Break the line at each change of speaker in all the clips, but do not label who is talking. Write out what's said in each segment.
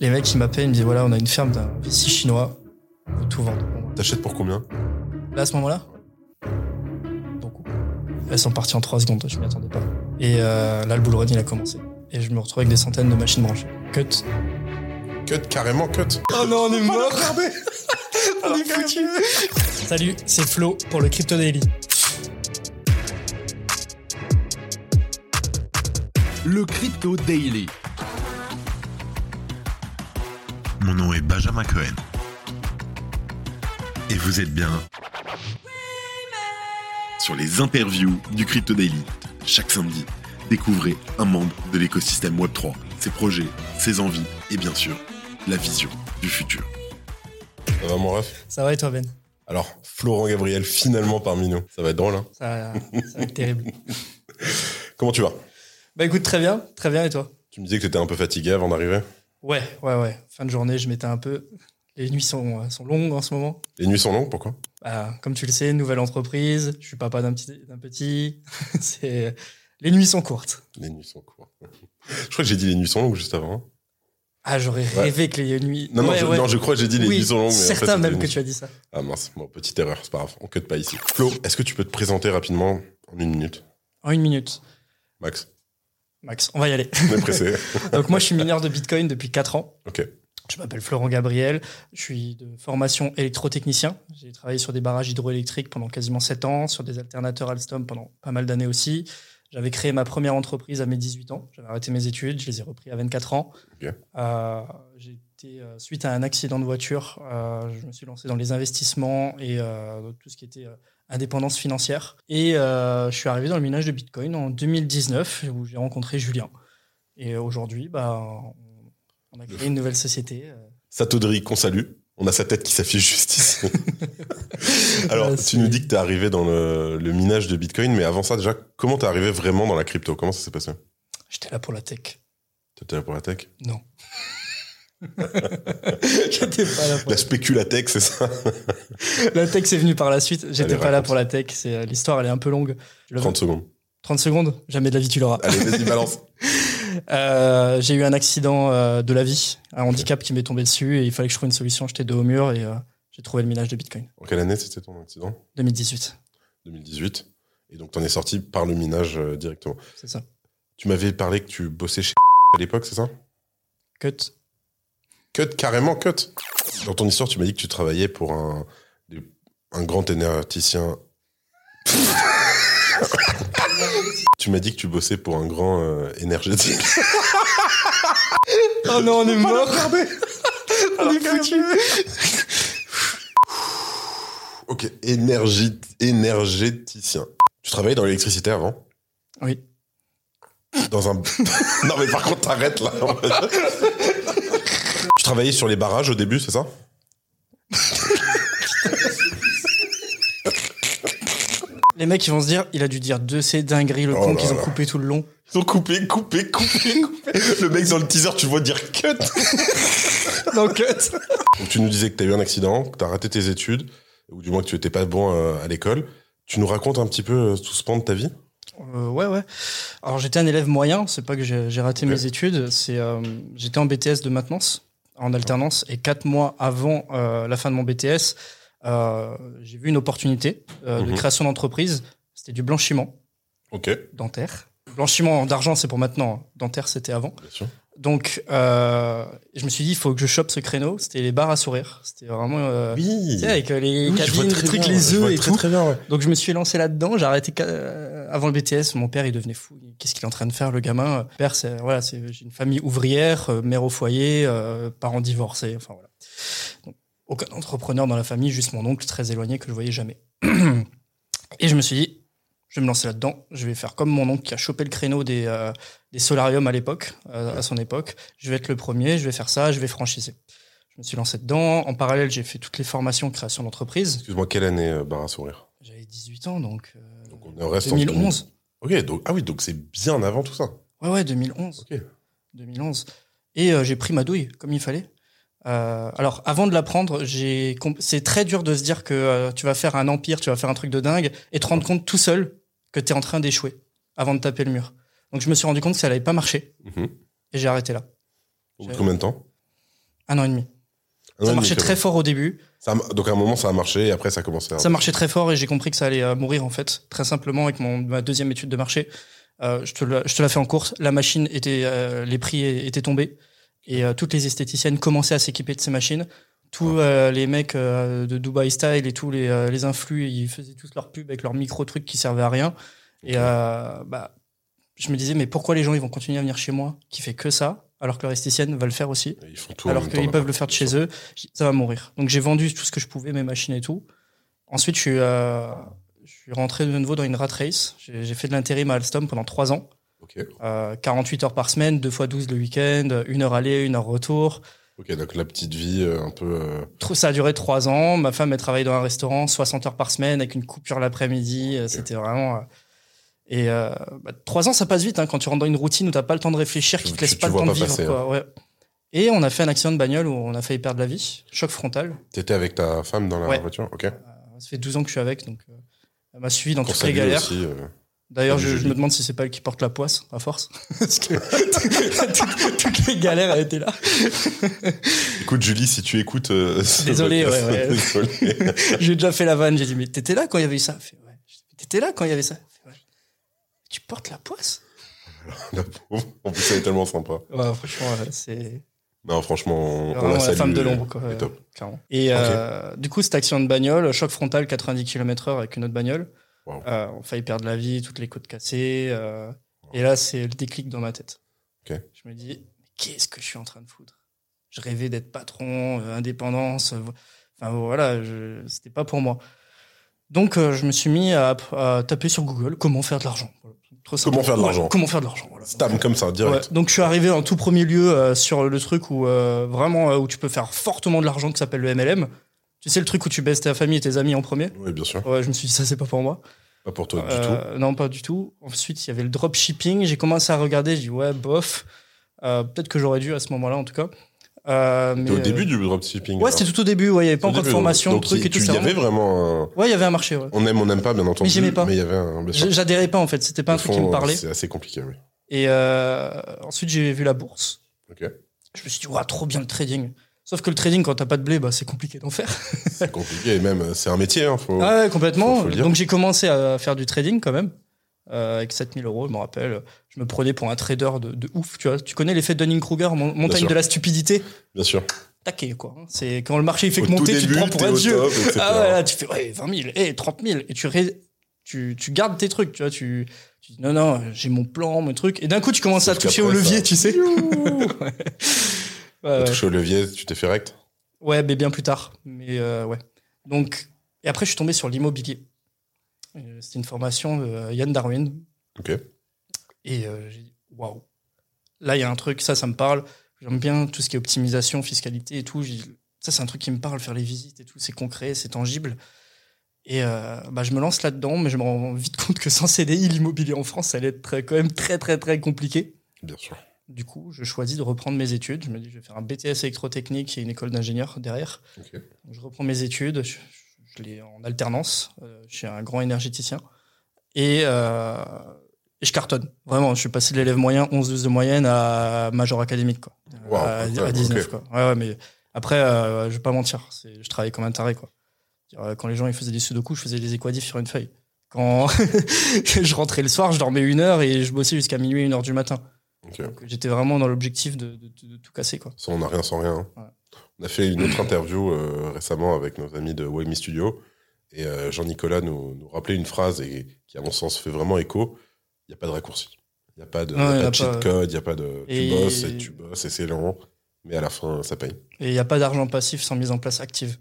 Les mecs, ils m'appellent, ils me disent voilà, on a une ferme d'un ici chinois, on peut tout vendre.
T'achètes pour combien
Là, à ce moment-là Beaucoup. Elles sont parties en 3 secondes, je m'y attendais pas. Et euh, là, le bull run, il a commencé. Et je me retrouve avec des centaines de machines branchées. Cut.
Cut, carrément cut.
Oh non, on est
Oh,
mort
regardez
On est foutu Salut, c'est Flo pour le Crypto Daily.
Le Crypto Daily.
Mon nom est Benjamin Cohen. Et vous êtes bien sur les interviews du Crypto Daily. Chaque samedi, découvrez un membre de l'écosystème Web3, ses projets, ses envies et bien sûr, la vision du futur.
Ça va, mon ref
Ça va et toi, Ben
Alors, Florent Gabriel, finalement parmi nous. Ça va être drôle, hein
ça, ça va être terrible.
Comment tu vas
Bah écoute, très bien, très bien et toi
Tu me disais que t'étais un peu fatigué avant d'arriver.
Ouais, ouais, ouais. Fin de journée, je m'étais un peu. Les nuits sont, euh, sont longues en ce moment.
Les nuits sont longues, pourquoi
Bah, comme tu le sais, nouvelle entreprise, je suis papa d'un petit. D'un petit. c'est... Les nuits sont courtes.
Les nuits sont courtes. je crois que j'ai dit les nuits sont longues juste avant. hein.
Ah, j'aurais
Ouais.
rêvé que les nuits.
Non, non,
Ouais,
je,
ouais.
non, je crois que j'ai dit les
oui,
nuits sont longues. mais en fait,
certain
c'était les
même que
nuits.
tu as dit ça.
Ah mince, bon, petite erreur, c'est pas grave, on cut pas ici. Flo, est-ce que tu peux te présenter rapidement en une minute
En une minute,
Max,
Max, on va y aller.
on est pressé.
Donc moi, je suis mineur de Bitcoin depuis 4 ans.
Ok.
Je m'appelle Florent Gabriel, je suis de formation électrotechnicien. J'ai travaillé sur des barrages hydroélectriques pendant quasiment 7 ans, sur des alternateurs Alstom pendant pas mal d'années aussi. J'avais créé ma première entreprise à mes 18 ans. J'avais arrêté mes études, je les ai repris à 24 ans.
Ok.
Euh, j'ai été, euh, suite à un accident de voiture, euh, je me suis lancé dans les investissements et euh, tout ce qui était euh, indépendance financière. Et euh, je suis arrivé dans le minage de Bitcoin en 2019, où j'ai rencontré Julien. Et aujourd'hui, bah, on- on a créé une nouvelle société. euh,
Satodri, qu'on salue. On a sa tête qui s'affiche juste ici. Alors,
Ouais,
tu
c'est-
nous dis que t'es arrivé dans le, le minage de Bitcoin, mais avant ça, déjà, comment t'es arrivé vraiment dans la crypto Comment ça s'est passé
J'étais là pour la tech.
T'étais là pour la tech
Non. J'étais pas là pour
La spéculatech, c'est ça
la tech. c'est venu par la suite. J'étais
Allez,
pas là
raconte.
pour la tech. C'est euh, l'histoire, elle est un peu longue. Je le-
30 secondes.
30 secondes. Jamais de la vie tu l'auras.
Allez, vas-y, balance.
Euh, j'ai eu un accident euh, de la vie, un handicap qui m'est tombé dessus et il fallait que je trouve une solution. J'étais dos au mur et euh, j'ai trouvé le minage de Bitcoin.
En quelle année c'était ton accident
2018,
2018. Et donc, t'en es sorti par le minage euh, directement.
c'est ça.
Tu m'avais parlé que tu bossais chez à l'époque, c'est ça
Cut.
Cut, carrément cut. Dans ton histoire, tu m'as dit que tu travaillais pour un, un grand énergéticien. tu m'as dit que tu bossais pour un grand euh, énergétique.
Oh non, on est mort. on est foutu.
Ok, énergie, énergéticien. Tu travaillais dans l'électricité avant
Oui.
Dans un. non, mais par contre, t'arrêtes là. tu travaillais sur les barrages au début, c'est ça
Les mecs, ils vont se dire, il a dû dire deux ces dingueries le
Oh
con
là
qu'ils ont
là.
coupé tout le long.
Ils ont coupé, coupé, coupé, coupé. Le mec dans le teaser, tu le vois dire cut.
Non, cut.
Donc, tu nous disais que tu as eu un accident, que tu as raté tes études, ou du moins que tu n'étais pas bon euh, à l'école. Tu nous racontes un petit peu euh, tout ce pan de ta vie
Euh, ouais, ouais. Alors j'étais un élève moyen, c'est pas que j'ai j'ai raté
Ok.
mes études, c'est euh, j'étais en BTS de maintenance, en alternance, et quatre mois avant euh, la fin de mon BTS, euh, j'ai vu une opportunité euh, de
Mhm.
création d'entreprise, c'était du blanchiment
Ok, bien
dentaire. Blanchiment d'argent, c'est pour maintenant, hein. dentaire, c'était avant.
sûr.
Donc euh, je me suis dit, il faut que je chope ce créneau, c'était les bars à sourire, c'était vraiment... euh, tu
Oui.
sais, avec euh, les
Oui, je vois
cabines, les
très
trucs,
bien,
les
je vois
œufs et
très,
tout.
très bien, ouais.
Donc je me suis lancé là-dedans, j'ai arrêté qu'à- euh, avant le BTS, mon père il devenait fou, qu'est-ce qu'il est en train de faire le gamin Euh, Père c'est voilà, c'est j'ai une famille ouvrière, euh, mère au foyer, euh, parents divorcés, enfin voilà. Donc, aucun entrepreneur dans la famille, juste mon oncle très éloigné que je voyais jamais. Et je me suis dit je vais me lancer là-dedans, je vais faire comme mon oncle qui a chopé le créneau des euh, des solariums à l'époque, euh, à son époque, je vais être le premier, je vais faire ça, je vais franchiser. Je me suis lancé dedans, en parallèle, j'ai fait toutes les formations de création d'entreprise.
Excuse-moi, quelle année, euh, Barre à Sourire
J'avais 18 ans donc euh,
Donc on reste en
2011.
Ok, donc, ah oui, donc c'est bien avant tout ça.
Ouais, ouais, 2011.
Ok.
2011. Et euh, j'ai pris ma douille comme il fallait. Euh, alors, avant de la prendre, j'ai comp- c'est très dur de se dire que euh, tu vas faire un empire, tu vas faire un truc de dingue, et te rendre compte tout seul que tu es en train d'échouer avant de taper le mur. Donc, je me suis rendu compte que ça n'allait pas marcher,
Mhm.
et j'ai arrêté là.
Au bout de combien de temps
Un an et demi.
Un an et
ça
demi,
marchait
quand
très
même.
fort au début.
Ça a- donc à un moment, ça a marché et après, ça a commencé à.
Ça marchait très fort et j'ai compris que ça allait euh, mourir en fait, très simplement avec mon, ma deuxième étude de marché. Euh, je, te la, je te la fais en course. La machine était, euh, les prix é- étaient tombés et euh, toutes les esthéticiennes commençaient à s'équiper de ces machines. Tous euh, les mecs euh, de Dubai Style et tous les, euh, les influx, ils faisaient tous leurs pubs avec leurs micro trucs qui servaient à rien. Et euh, bah, je me disais mais pourquoi les gens ils vont continuer à venir chez moi qui fait que ça alors que leur esthéticienne va le faire aussi
Ils font tout en
alors
même
qu'ils
temps,
peuvent
là.
le faire de chez eux, j- ça va mourir. Donc j'ai vendu tout ce que je pouvais, mes machines et tout. Ensuite, je suis, euh, je suis rentré de nouveau dans une rat race. J'ai j'ai fait de l'intérim à Alstom pendant trois ans.
Ok,
Euh, 48 heures par semaine, 2 fois 12 le week-end, une heure aller, une heure retour.
ok, donc la petite vie euh, un peu. euh,
Tout- Ça a duré trois ans. Ma femme, elle travaillait dans un restaurant 60 heures par semaine avec une coupure l'après-midi. Euh, C'était vraiment... euh, Et euh, bah, trois ans, ça passe vite hein, quand tu rentres dans une routine où t'as pas le temps de réfléchir, qui
Tu-
te laisse
tu-
pas
tu
le temps
vois
de
pas
vivre.
passer, hein.
quoi, ouais. Et on a fait un accident de bagnole où on a failli perdre la vie, choc frontal.
T'étais avec ta femme dans la
Ouais.
voiture, ok.
Ça fait 12 ans que je suis avec, donc euh, elle m'a suivi dans
Qu'on
toutes les
salue
galères.
aussi, euh,
D'ailleurs,
Salut,
je, je
Julie.
me demande si c'est pas elle qui porte la poisse, à force. Parce que toutes- toutes les galères, elle était là.
Écoute, Julie, si tu écoutes. euh, ce
Désolé,
podcast,
ouais, ouais.
désolé.
J'ai déjà fait la vanne, j'ai dit, mais t'étais là quand il y avait eu ça Elle fait, ouais. Je dis, T'étais là quand il y avait ça Elle fait, ouais. Tu portes la poisse
La pauvre. Oh, en plus, elle est tellement sympa.
Ouais, franchement, euh, c'est
Non, franchement, on, on
vraiment
la
la
salue.
femme de
euh,
l'ombre, quoi.
elle est top.
clairement. Et euh, du coup, cette action de bagnole, choc frontal 90 km/h avec une autre bagnole.
Wow.
Euh, on faillit perdre la vie, toutes les côtes cassées. euh, Et là, c'est le déclic dans ma tête.
Ok.
Je me dis, mais qu'est-ce que je suis en train de foutre Je rêvais d'être patron, euh, indépendance. euh, vo- Enfin voilà, je- c'était pas pour moi. Donc, euh, je me suis mis à, à taper sur Google comment faire de l'argent. Voilà. Trop simple.
Comment faire de
Ouais,
l'argent.
Comment faire de l'argent. voilà.
Stam comme ça,
Ouais,
direct.
donc je suis arrivé en tout premier lieu euh, sur le truc où euh, vraiment euh, où tu peux faire fortement de l'argent qui s'appelle le MLM. Tu sais le truc où tu baisses ta famille et tes amis en premier.
Oui, bien sûr.
Ouais, je me suis dit ça c'est pas pour moi.
Pas pour toi du tout.
Euh, Non pas du tout. Ensuite il y avait le dropshipping. J'ai commencé à regarder. J'ai dit ouais bof. Euh, Peut-être que j'aurais dû à ce moment-là en tout cas. Euh, mais,
T'es au
euh,
début du dropshipping.
Ouais
alors.
c'était tout au début. Ouais il y avait pas
Au
encore de
début,
formation, de
donc,
truc
il-
et tout.
tu-
ça.
Il y avait vraiment un-
Ouais il y avait un marché. Ouais.
On aime, on n'aime pas, bien entendu.
j'aimais pas.
Mais il y avait un. bien sûr.
J- J'adhérais pas en fait. C'était pas un
Au
truc
fond,
qui me parlait.
C'est assez compliqué, oui.
Et euh, ensuite j'ai vu la bourse.
Ok.
je me suis dit, ouah, trop bien le trading. Sauf que le trading, quand t'as pas de blé, bah, c'est compliqué d'en faire.
C'est compliqué. Et même, euh, c'est un métier. Hein, faut...
Ah ouais, complètement.
Faut- faut le dire.
Donc j'ai commencé à faire du trading quand même. Euh, avec 7000 euros, je me rappelle. Je me prenais pour un trader de, de ouf. Tu, vois. tu connais l'effet Dunning-Kruger, mon- montagne
sûr.
de la stupidité
Bien sûr.
Taqué, quoi. C'est quand le marché il fait
Au
que monter,
tout
tu te
début,
prends pour
t'es
un
au
dieu.
top, etc.
Ah ouais, là, tu fais ouais, 20 000, et 30 000, et tu, ré- tu, tu gardes tes trucs, tu vois, tu, tu dis non, non, j'ai mon plan, mon truc, et d'un coup, tu commences
Sauf
à toucher au
qu'après,
levier,
ça-
tu sais. Ouais. Ouais,
T'as
ouais.
touché au levier, tu t'es fait rect.
Ouais, mais bien plus tard. Mais euh, ouais. Donc, et après, je suis tombé sur l'immobilier. Euh, C'était une formation de euh, Yann Darwin.
Ok.
Et euh, j'ai dit, waouh. Là, il y a un truc, ça, ça me parle. J'aime bien tout ce qui est optimisation, fiscalité et tout. J'ai dit, Ça, c'est un truc qui me parle, faire les visites et tout. C'est concret, c'est tangible. Et euh, bah, je me lance là-dedans, mais je me rends vite compte que sans CDI, l'immobilier en France, ça allait être très- quand même très, très, très compliqué.
Bien sûr.
Du coup, je choisis de reprendre mes études. Je me dis, je vais faire un BTS électrotechnique et une école d'ingénieur derrière.
Ok.
Donc, je reprends mes études. Je, je- je les en alternance euh, chez un grand énergéticien. Et, euh, et je cartonne. Vraiment, je suis passé de l'élève moyen, 11-12 de moyenne, à major académique. Quoi.
Wow,
à, à
incroyable,
19.
ok.
Quoi. Ouais, ouais, mais après, euh, je vais pas mentir. c'est- Je travaillais comme un taré. Quoi. C'est-à-dire, euh, Quand les gens ils faisaient des sudoku, je faisais des équadifs sur une feuille. Quand je rentrais le soir, je dormais une heure et je bossais jusqu'à minuit, une heure du matin.
Ok.
Donc, J'étais vraiment dans l'objectif de, de- de- de tout casser. Quoi.
Ça, on n'a rien sans rien. hein.
Ouais.
On a fait une autre interview euh, récemment avec nos amis de Wayme Studio. Et euh, Jean-Nicolas nous, nous rappelait une phrase et, qui, à mon sens, fait vraiment écho. Il n'y a pas de raccourci. Il n'y a pas de,
Ouais,
y a
y
pas
en a
de cheat
pas.
code. Il n'y a pas de.
Et-
Tu bosses et tu bosses et c'est lent. Mais à la fin, ça paye.
Et il n'y a pas d'argent passif sans mise en place active.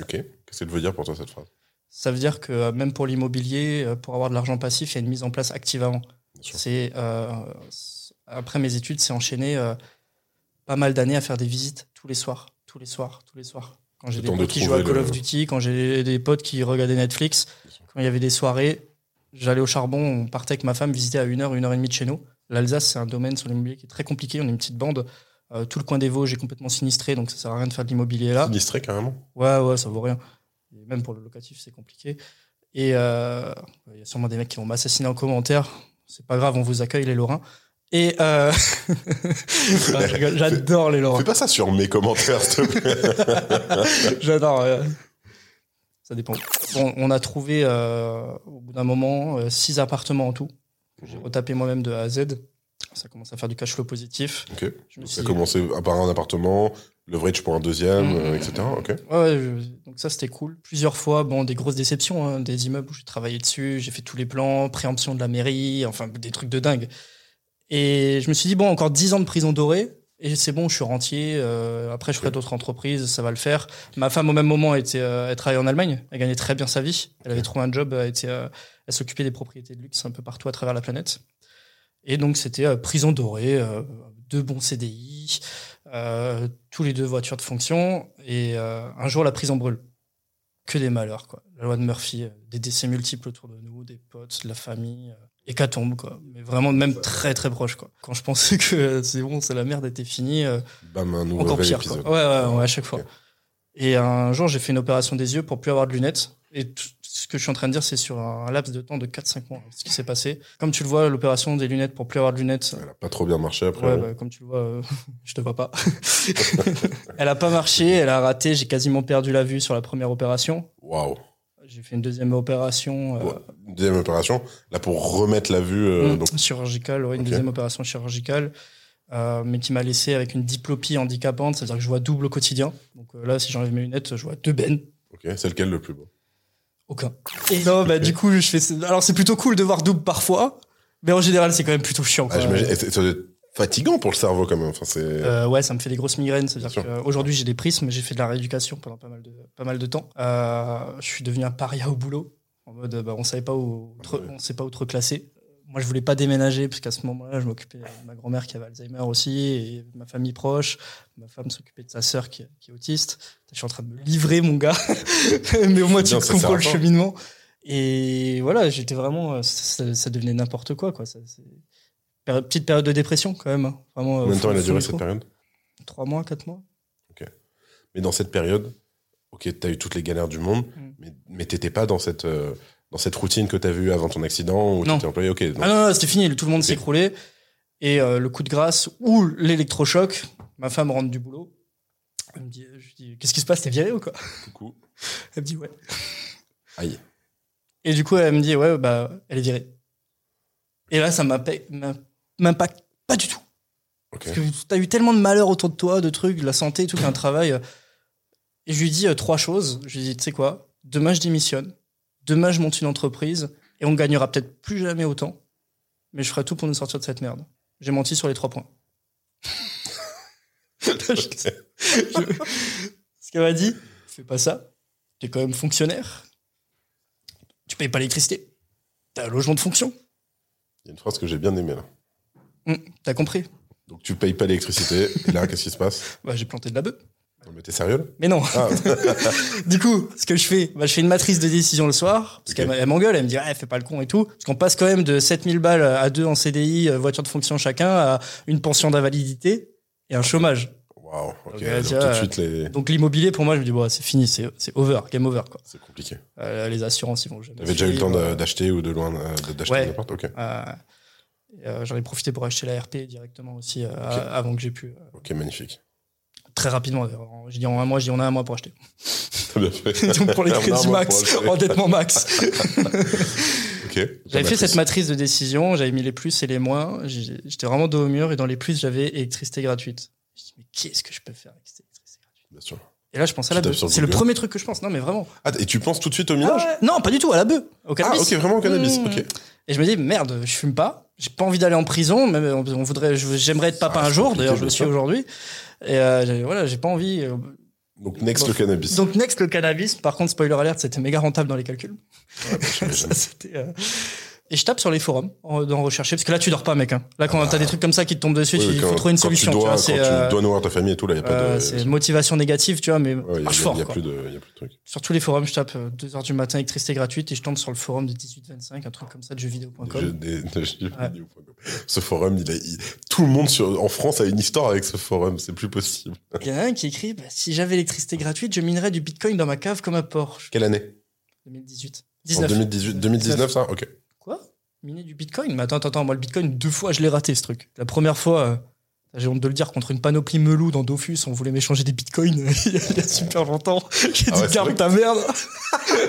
Ok. Qu'est-ce qu'elle veut dire pour toi, cette phrase
Ça veut dire que euh, même pour l'immobilier, euh, pour avoir de l'argent passif, il y a une mise en place active avant.
Bien sûr.
C'est euh, c'est- après mes études, c'est enchaîné euh, pas mal d'années à faire des visites tous les soirs, tous les soirs, tous les soirs. Quand j'ai
Le
des
temps de
potes qui jouaient à
trouver
Call
le-
of Duty, quand j'ai des potes qui regardaient Netflix,
Bien sûr.
quand il y avait des soirées, j'allais au charbon, on partait avec ma femme visiter à 1h, 1h30 de chez nous. L'Alsace, c'est un domaine sur l'immobilier qui est très compliqué, on est une petite bande. Euh, tout le coin des Vosges est complètement sinistré, donc ça sert à rien de faire de l'immobilier là.
Sinistré, carrément.
Ouais, ouais, ça vaut rien. Et même pour le locatif, c'est compliqué. Et euh, il y a sûrement des mecs qui vont m'assassiner en commentaire. C'est pas grave, on vous accueille, les Lorrains. Et euh, non, Ah, je rigole, j'adore les Laurent.
Fais pas ça sur mes commentaires, s'il te plaît.
J'adore. euh, Ça dépend. Bon, on a trouvé euh, au bout d'un moment euh, six appartements en tout. que
Mmh.
J'ai retapé moi-même de A à Z. Ça commence à faire du cash flow positif.
Ok.
Je me suis-
Donc, Ça a commencé à par un appartement, leverage pour un deuxième,
Mhm.
euh, etc. Ok.
Ouais, ouais, je- donc ça c'était cool. Plusieurs fois, bon, des grosses déceptions, hein, des immeubles où j'ai travaillé dessus, j'ai fait tous les plans, préemption de la mairie, enfin des trucs de dingue. Et je me suis dit bon, encore 10 ans de prison dorée. Et c'est bon, je suis rentier. euh, après, je ferai d'autres entreprises, ça va le faire. Ma femme, au même moment, était, euh, elle travaillait en Allemagne. Elle gagnait très bien sa vie. Elle avait trouvé un job. Elle, était, euh, elle s'occupait des propriétés de luxe un peu partout à travers la planète. Et donc, c'était euh, prison dorée, euh, deux bons CDI, euh, tous les deux voitures de fonction, et euh, un jour la prison brûle. Que des malheurs, quoi. La loi de Murphy, euh, des décès multiples autour de nous, des potes, de la famille, euh, hécatombe, quoi. Mais vraiment, même très très proche, quoi. Quand je pensais que euh, c'est bon, c'est la merde était finie, euh,
Bam, un nouveau
encore
nouvel
pire,
épisode.
quoi. Ouais, ouais, ouais, à chaque fois.
Ok.
Et un jour, j'ai fait une opération des yeux pour plus avoir de lunettes. Et tout ce que je suis en train de dire, c'est sur un laps de temps de 4-5 mois, ce qui s'est passé. Comme tu le vois, l'opération des lunettes pour plus avoir de lunettes,
Elle a pas trop bien marché après.
Ouais, bah, comme tu le vois, euh, je te vois pas. elle a pas marché, elle a raté. J'ai quasiment perdu la vue sur la première opération.
Waouh.
J'ai fait une deuxième opération euh,
Ouais. Deuxième opération, là pour remettre la vue. euh,
mm,
donc,
chirurgicale, ouais, une
Ok.
deuxième opération chirurgicale, euh, mais qui m'a laissé avec une diplopie handicapante, c'est-à-dire que je vois double au quotidien. Donc euh, là, si j'enlève mes lunettes, je vois deux bennes.
ok, c'est lequel le plus beau
Aucun. Et non, bah
Ok.
du coup, je fais. ce- Alors c'est plutôt cool de voir double parfois, mais en général, c'est quand même plutôt chiant.
ah,
quoi.
j'imagine- et c'est- Ça doit être fatigant pour le cerveau quand même. Enfin, c'est
Euh, ouais, ça me fait des grosses migraines. C'est-à-dire
Bien sûr.
qu'aujourd'hui, j'ai des prismes, j'ai fait de la rééducation pendant pas mal de, pas mal de temps. Euh, je suis devenu un paria au boulot. En mode, bah, on savait pas où,
Ah ouais.
on sait pas où te reclasser. Moi, je voulais pas déménager parce qu'à ce moment-là, je m'occupais de ma grand-mère qui avait Alzheimer aussi et ma famille proche. Ma femme s'occupait de sa sœur qui, qui est autiste. Je suis en train de me livrer, mon gars. Mais au moins, tu
Bien, ça sert
comprends
à
le
quoi.
cheminement. Et voilà, j'étais vraiment, euh, ça, ça- ça devenait n'importe quoi, quoi. Ça, c'est- Péri- Petite période de dépression quand même. hein. Vraiment.
combien de temps elle a duré cette
période
période
trois mois, quatre mois.
Mais dans cette période, ok, t'as eu toutes les galères du monde,
Mm.
mais, mais t'étais pas dans cette euh, dans cette routine que t'avais eu avant ton accident où
Non.
t'étais employé. Ok, non.
Ah non, non, c'était fini, tout le monde
Ok.
s'écroulait. Et euh, le coup de grâce ou l'électrochoc, ma femme rentre du boulot. Elle me dit, je lui dis, qu'est-ce qui se passe, t'es viré ou quoi
Coucou.
Elle me dit, ouais.
Aïe.
Et du coup, elle me dit, ouais, bah, elle est virée. Et là, ça m'impa- m'im- m'impacte pas du tout.
Ok.
Parce que t'as eu tellement de malheurs autour de toi, de trucs, de la santé, et tout, qu'un travail. euh, Et je lui dis euh, trois choses. Je lui dis, tu sais quoi, demain je démissionne, demain je monte une entreprise, et on gagnera peut-être plus jamais autant, mais je ferai tout pour nous sortir de cette merde. J'ai menti sur les trois points. Je- je- Ce qu'elle m'a dit, fais pas ça, t'es quand même fonctionnaire, tu payes pas l'électricité, t'as un logement de fonction,
Il y a une phrase que j'ai bien aimée là.
Hum, t'as compris
Donc tu payes pas l'électricité. et là, qu'est-ce qui se passe
Bah, J'ai planté de la bœuf.
Non, Mais t'es sérieux là
Mais non.
Ah.
du coup, ce que je fais, bah, je fais une matrice de décision le soir, parce
Ok.
qu'elle m'a- elle m'engueule, elle me dit, ah, fais pas le con et tout. Parce qu'on passe quand même de 7000 balles à deux en CDI, euh, voiture de fonction chacun, à une pension d'invalidité et un chômage.
Waouh. Ok.
Ok, euh,
donc
tu
tout
vois,
de suite les.
Donc l'immobilier, pour moi, je me dis, bon, c'est fini, c'est c'est over, game over, quoi.
C'est compliqué.
Euh, les assurances, ils vont jamais.
T'avais déjà eu le temps
suivre.
d'a- d'acheter ou de loin euh, de- d'acheter
Ouais.
un appart Ok.
Euh, et, euh, J'en ai profité pour acheter la RP directement aussi, euh, à- avant que j'ai pu. euh,
Ok, magnifique.
très rapidement, d'ailleurs. En- Je dis en un mois, je dis on a un mois pour acheter.
T'as bien fait.
Donc pour les
Un
crédits
arbre
max,
pour acheter.
endettement max.
Ok. Ta
J'avais fait
matrice.
cette matrice de décision, j'avais mis les plus et les moins, j'ai- j'étais vraiment dos au mur et dans les plus j'avais électricité gratuite. Je me suis dit, mais qu'est-ce que je peux faire avec cette électricité gratuite
Bien sûr.
Et là je pense à
Tu
la
tapes
bœuf.
sur
C'est le
Google
premier truc que je pense, non mais vraiment.
Ah, et tu penses tout de suite au millage
Ah ouais, Non, pas du tout, à la bœuf, au
Ah,
cannabis.
ok, vraiment au cannabis.
Mmh.
Ok.
Et je me dis, merde, je fume pas, j'ai pas envie d'aller en prison, même on on voudrait, je- j'aimerais être
Ça
papa un
reste
jour,
compliqué,
d'ailleurs je
bien
le suis
sûr.
aujourd'hui. Et euh, j'ai- voilà, j'ai pas envie. euh,
Donc, next
Bon.
le cannabis.
Donc next le cannabis, par contre spoiler alert, c'était méga rentable dans les calculs. Ça, c'était, euh, Et je tape sur les forums en- d'en rechercher parce que là tu dors pas mec. hein. Là quand t'as des trucs comme ça qui te tombent dessus,
Oui,
tu-
oui,
il
quand-
faut trouver une
quand
solution.
Tu
tu vois,
dois,
c'est
quand
euh,
tu dois nourrir ta famille et tout, là, il n'y a pas
euh,
de.
c'est
ouais,
motivation négative, tu vois, mais
y a- y a-
marche
y a
fort. quoi.
plus de Il n'y a plus de trucs.
Sur tous les forums, je tape 2h du matin, électricité gratuite, et je tombe sur le forum de 1825, un truc comme ça de
Des jeux-
jeuxvideo.com.
des- des jeux vidéo. Ce forum, il a, il- tout le monde sur, en France a une histoire avec ce forum, c'est plus possible.
Il y en a un qui écrit bah, Si j'avais l'électricité gratuite, je minerais du bitcoin dans ma cave comme à Porsche.
Quelle année
2018.
En 2018, 2019, ça Ok.
Quoi miner du Bitcoin. Mais attends, attends, attends, moi le Bitcoin, deux fois, je l'ai raté ce truc. La première fois, euh, j'ai honte de le dire, contre une panoplie melou dans Dofus, on voulait m'échanger des Bitcoins il y a super longtemps. J'ai
Ah
dit,
ouais, c'est
garde
vrai
ta merde.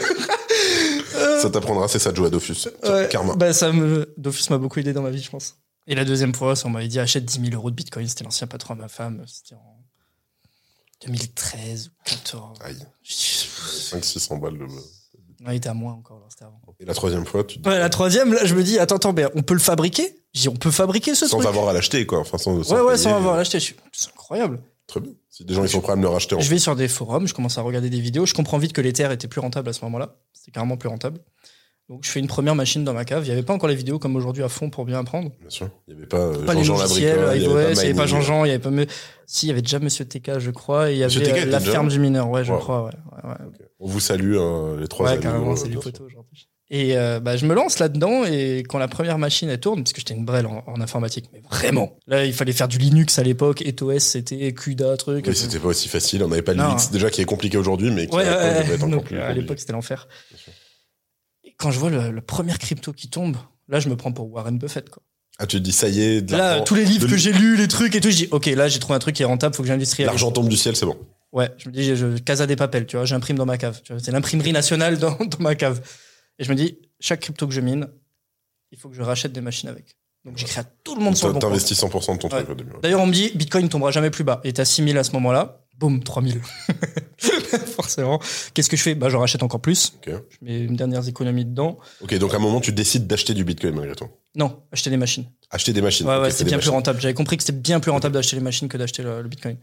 Euh,
Ça t'apprendra, c'est ça de jouer à Dofus. Tiens,
Ouais,
Karma.
bah, ça me... Dofus m'a beaucoup aidé dans ma vie, je pense. Et la deuxième fois, on m'avait dit achète 10 000 euros de bitcoin. C'était l'ancien patron de ma femme. C'était en 2013 ou 2014.
Aïe.
Je-
5-600 balles. le-
Non, il était à moi encore, là, c'était avant.
Et la troisième fois, tu te dis,
Ouais, la troisième, là, je me dis attends, attends, mais on peut le fabriquer J'ai dit, on peut fabriquer ce
sans
truc
avoir à l'acheter, quoi. Enfin, sans,
Ouais, ouais, sans
payer.
avoir l'acheter. Je suis- C'est incroyable.
Très bien. Si des gens ils sont prêts à me le racheter en
Je vais sur des forums, je commence à regarder des vidéos, je comprends vite que l'Ether était plus rentable à ce moment-là. C'était carrément plus rentable. Donc je fais une première machine dans ma cave. Il n'y avait pas encore les vidéos comme aujourd'hui à fond pour bien apprendre.
Bien sûr. Il n'y avait pas euh,
pas les
Jean-Jean
logiciels,
Labricole,
iOS, il n'y avait
Mining.
pas Jean-Jean, il n'y avait pas... me- Si, il y avait déjà Monsieur TK, je crois, et il y avait
Monsieur TK
euh,
était
la
déjà
ferme
là
du mineur, ouais, je
Wow.
crois, ouais. ouais, ouais.
Ok. euh, On vous salue, hein, les trois
Ouais,
amis,
carrément,
euh,
c'est du
bien sûr.
poteau aujourd'hui. Et euh, bah, je me lance là-dedans, et quand la première machine, elle tourne, parce que j'étais une brêle en, en informatique, mais vraiment. Là, il fallait faire du Linux à l'époque, ETOS, c'était CUDA, truc.
Oui, c'était pas aussi facile. On n'avait pas
Non,
le Linux,
hein.
déjà qui est compliqué aujourd'hui, mais qui
Ouais,
à
ouais,
l'époque, devait être encore
donc,
plus
à
compliqué.
l'époque, c'était l'enfer.
Bien sûr.
Et Quand je vois le, le premier crypto qui tombe, là, je me prends pour Warren Buffett. Quoi.
Ah, tu te dis, ça y est, de
Là,
l'argent-
tous les livres
de-
que j'ai lus, les trucs et tout, je dis, OK, là, j'ai trouvé un truc qui est rentable, faut que j'industrialise.
l'argent tombe du ciel, c'est bon.
Ouais, je me dis, je, je- Casa des Papels, tu vois, j'imprime dans ma cave. Tu vois, C'est l'imprimerie nationale dans, dans ma cave. Et je me dis, chaque crypto que je mine, il faut que je rachète des machines avec. Donc j'écris à tout le monde sur le
T'in-
bon compte.
T'investis 100% de ton truc hein.
Ouais.
au début. ouais.
D'ailleurs, on me dit, Bitcoin tombera jamais plus bas. Il était à 6000 à ce moment-là. Boum, 3000. Forcément. Qu'est-ce que je fais Bah, j'en rachète encore plus.
Ok.
Je mets mes dernières économies dedans.
Ok, donc à un moment, tu décides d'acheter du bitcoin malgré tout.
Non, acheter des machines.
Acheter des machines.
Ouais,
ok,
ouais,
c'est
c'était
des
bien plus
machines.
rentable. J'avais compris que c'était bien plus rentable d'acheter les machines que d'acheter le, le Bitcoin.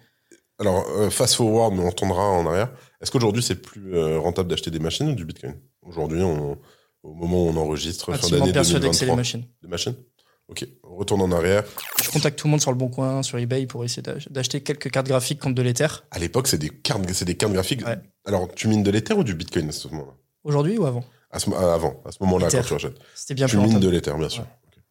Alors, euh, fast forward, mais on tournera en arrière. Est-ce qu'aujourd'hui, c'est plus euh, rentable d'acheter des machines ou du bitcoin Aujourd'hui, on- au moment où on enregistre, fin
Absolument
d'année
persuadé que c'est les
2023,
machines.
des machines Ok, on retourne en arrière.
Je contacte tout le monde sur le bon coin, sur eBay pour essayer d'ach- d'acheter quelques cartes graphiques contre de l'Ether.
À l'époque, c'est des cartes, c'est des cartes graphiques.
Ouais.
Alors, tu mines de l'Ether ou du Bitcoin à ce moment-là
Aujourd'hui ou avant
à ce, mo- ah, Avant, à ce moment-là,
Ether.
quand tu achètes.
C'était bien
Tu
plus
mines
rentable.
de l'Ether, bien sûr.
Ouais.
Ok.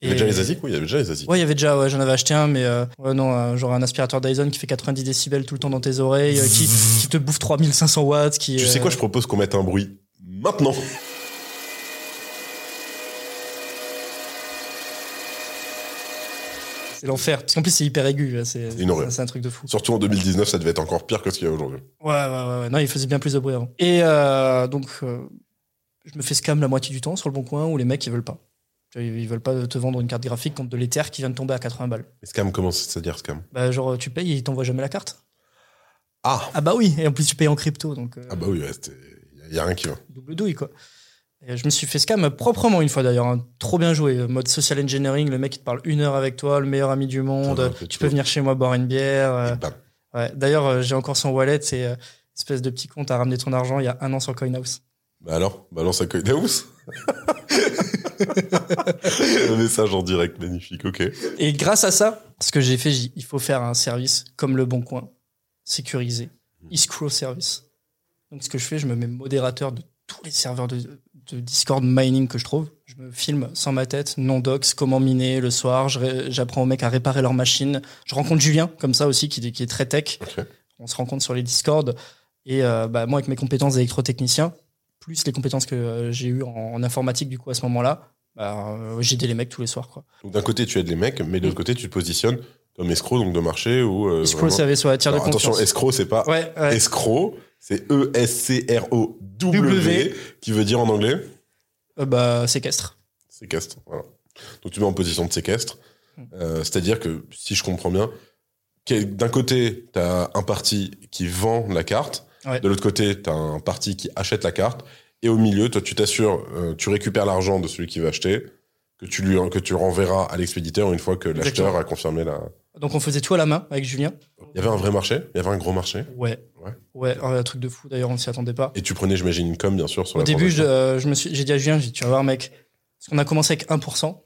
Il y avait
Et-
déjà les ASIC Oui, il y avait déjà les ASIC.
Ouais, il y avait déjà, ouais, j'en avais acheté un, mais euh, ouais, non, euh, genre un aspirateur Dyson qui fait 90 décibels tout le temps dans tes oreilles, euh, qui, qui te bouffe 3500 watts, qui.
Tu sais
euh,
quoi, je propose qu'on mette un bruit maintenant.
euh, C'est l'enfer. Parce qu'en plus, c'est hyper aigu. là, C'est
C'est une horreur.
c'est un truc de fou.
Surtout en 2019, ça devait être encore pire que ce qu'il y a aujourd'hui.
Ouais, ouais, ouais, ouais. Non, il faisait bien plus de bruit avant. Et euh, donc, euh, je me fais scam la moitié du temps sur le bon coin où les mecs, ils veulent pas. Tu vois, Ils ils veulent pas te vendre une carte graphique contre de l'Ether qui vient de tomber à 80 balles.
Mais scam, comment c'est-à-dire scam
Bah, genre, tu payes et ils t'envoient jamais la carte.
Ah
Ah bah oui, et en plus, tu payes en crypto, donc euh,
Ah bah oui, ouais, c'était- il y a- il y, a rien qui va.
double douille, quoi. Et euh, je me suis fait scam proprement une fois d'ailleurs, hein. trop bien joué. euh, Mode social engineering, le mec il te parle une heure avec toi, le meilleur ami du monde,
Ça va,
euh,
c'est
tu
tout.
peux venir chez moi boire une bière. euh,
Et bam.
ouais. D'ailleurs, euh, j'ai encore son wallet, c'est euh, espèce de petit compte à ramener ton argent il y a un an sur Coinhouse.
Bah alors, balance à Coinhouse. Le message en direct, magnifique, ok.
Et grâce à ça, ce que j'ai fait, j'ai dit, il faut faire un service comme le Bon Coin, sécurisé, escrow service. Donc ce que je fais, je me mets modérateur de tous les serveurs de, de Discord mining que je trouve. Je me filme sans ma tête, non docs, comment miner le soir. Je ré- J'apprends aux mecs à réparer leur machine. Je rencontre Julien, comme ça aussi, qui, qui est très tech.
Ok.
On se rencontre sur les Discord. Et euh, bah, moi, avec mes compétences d'électrotechnicien, plus les compétences que euh, j'ai eues en, en informatique du coup à ce moment-là, bah, euh, j'aidais les mecs tous les soirs. Quoi.
Donc d'un côté, tu aides les mecs, mais de l'autre côté, tu te positionnes comme escroc, donc de marché ou. euh,
Escrow
vraiment-
service, ouais, tiers de
Alors,
confiance.
attention, escroc, c'est pas
Ouais, ouais.
escroc, c'est E E-S-C-R-O-W,
W.
qui veut dire en anglais
Euh, bah, séquestre.
séquestre. Voilà. Donc tu mets en position de séquestre.
Mm.
Euh, C'est-à-dire que, si je comprends bien, quel- d'un côté, tu as un parti qui vend la carte,
Ouais.
de l'autre côté, tu as un parti qui achète la carte, et au milieu, toi, tu t'assures, euh, tu récupères l'argent de celui qui va acheter, que tu, lui, que tu renverras à l'expéditeur une fois que
Exactement.
l'acheteur a confirmé la...
Donc on faisait tout à la main avec Julien.
Il y avait un vrai marché, il y avait un gros marché,
Ouais.
Ouais.
Ouais, un truc de fou d'ailleurs, on s'y attendait pas.
et tu prenais, j'imagine, une com, bien sûr, sur
Au
la
début, je,
transaction.
euh, je me suis, j'ai dit à Julien, j'ai dit, tu vas voir mec, parce qu'on a commencé avec 1%,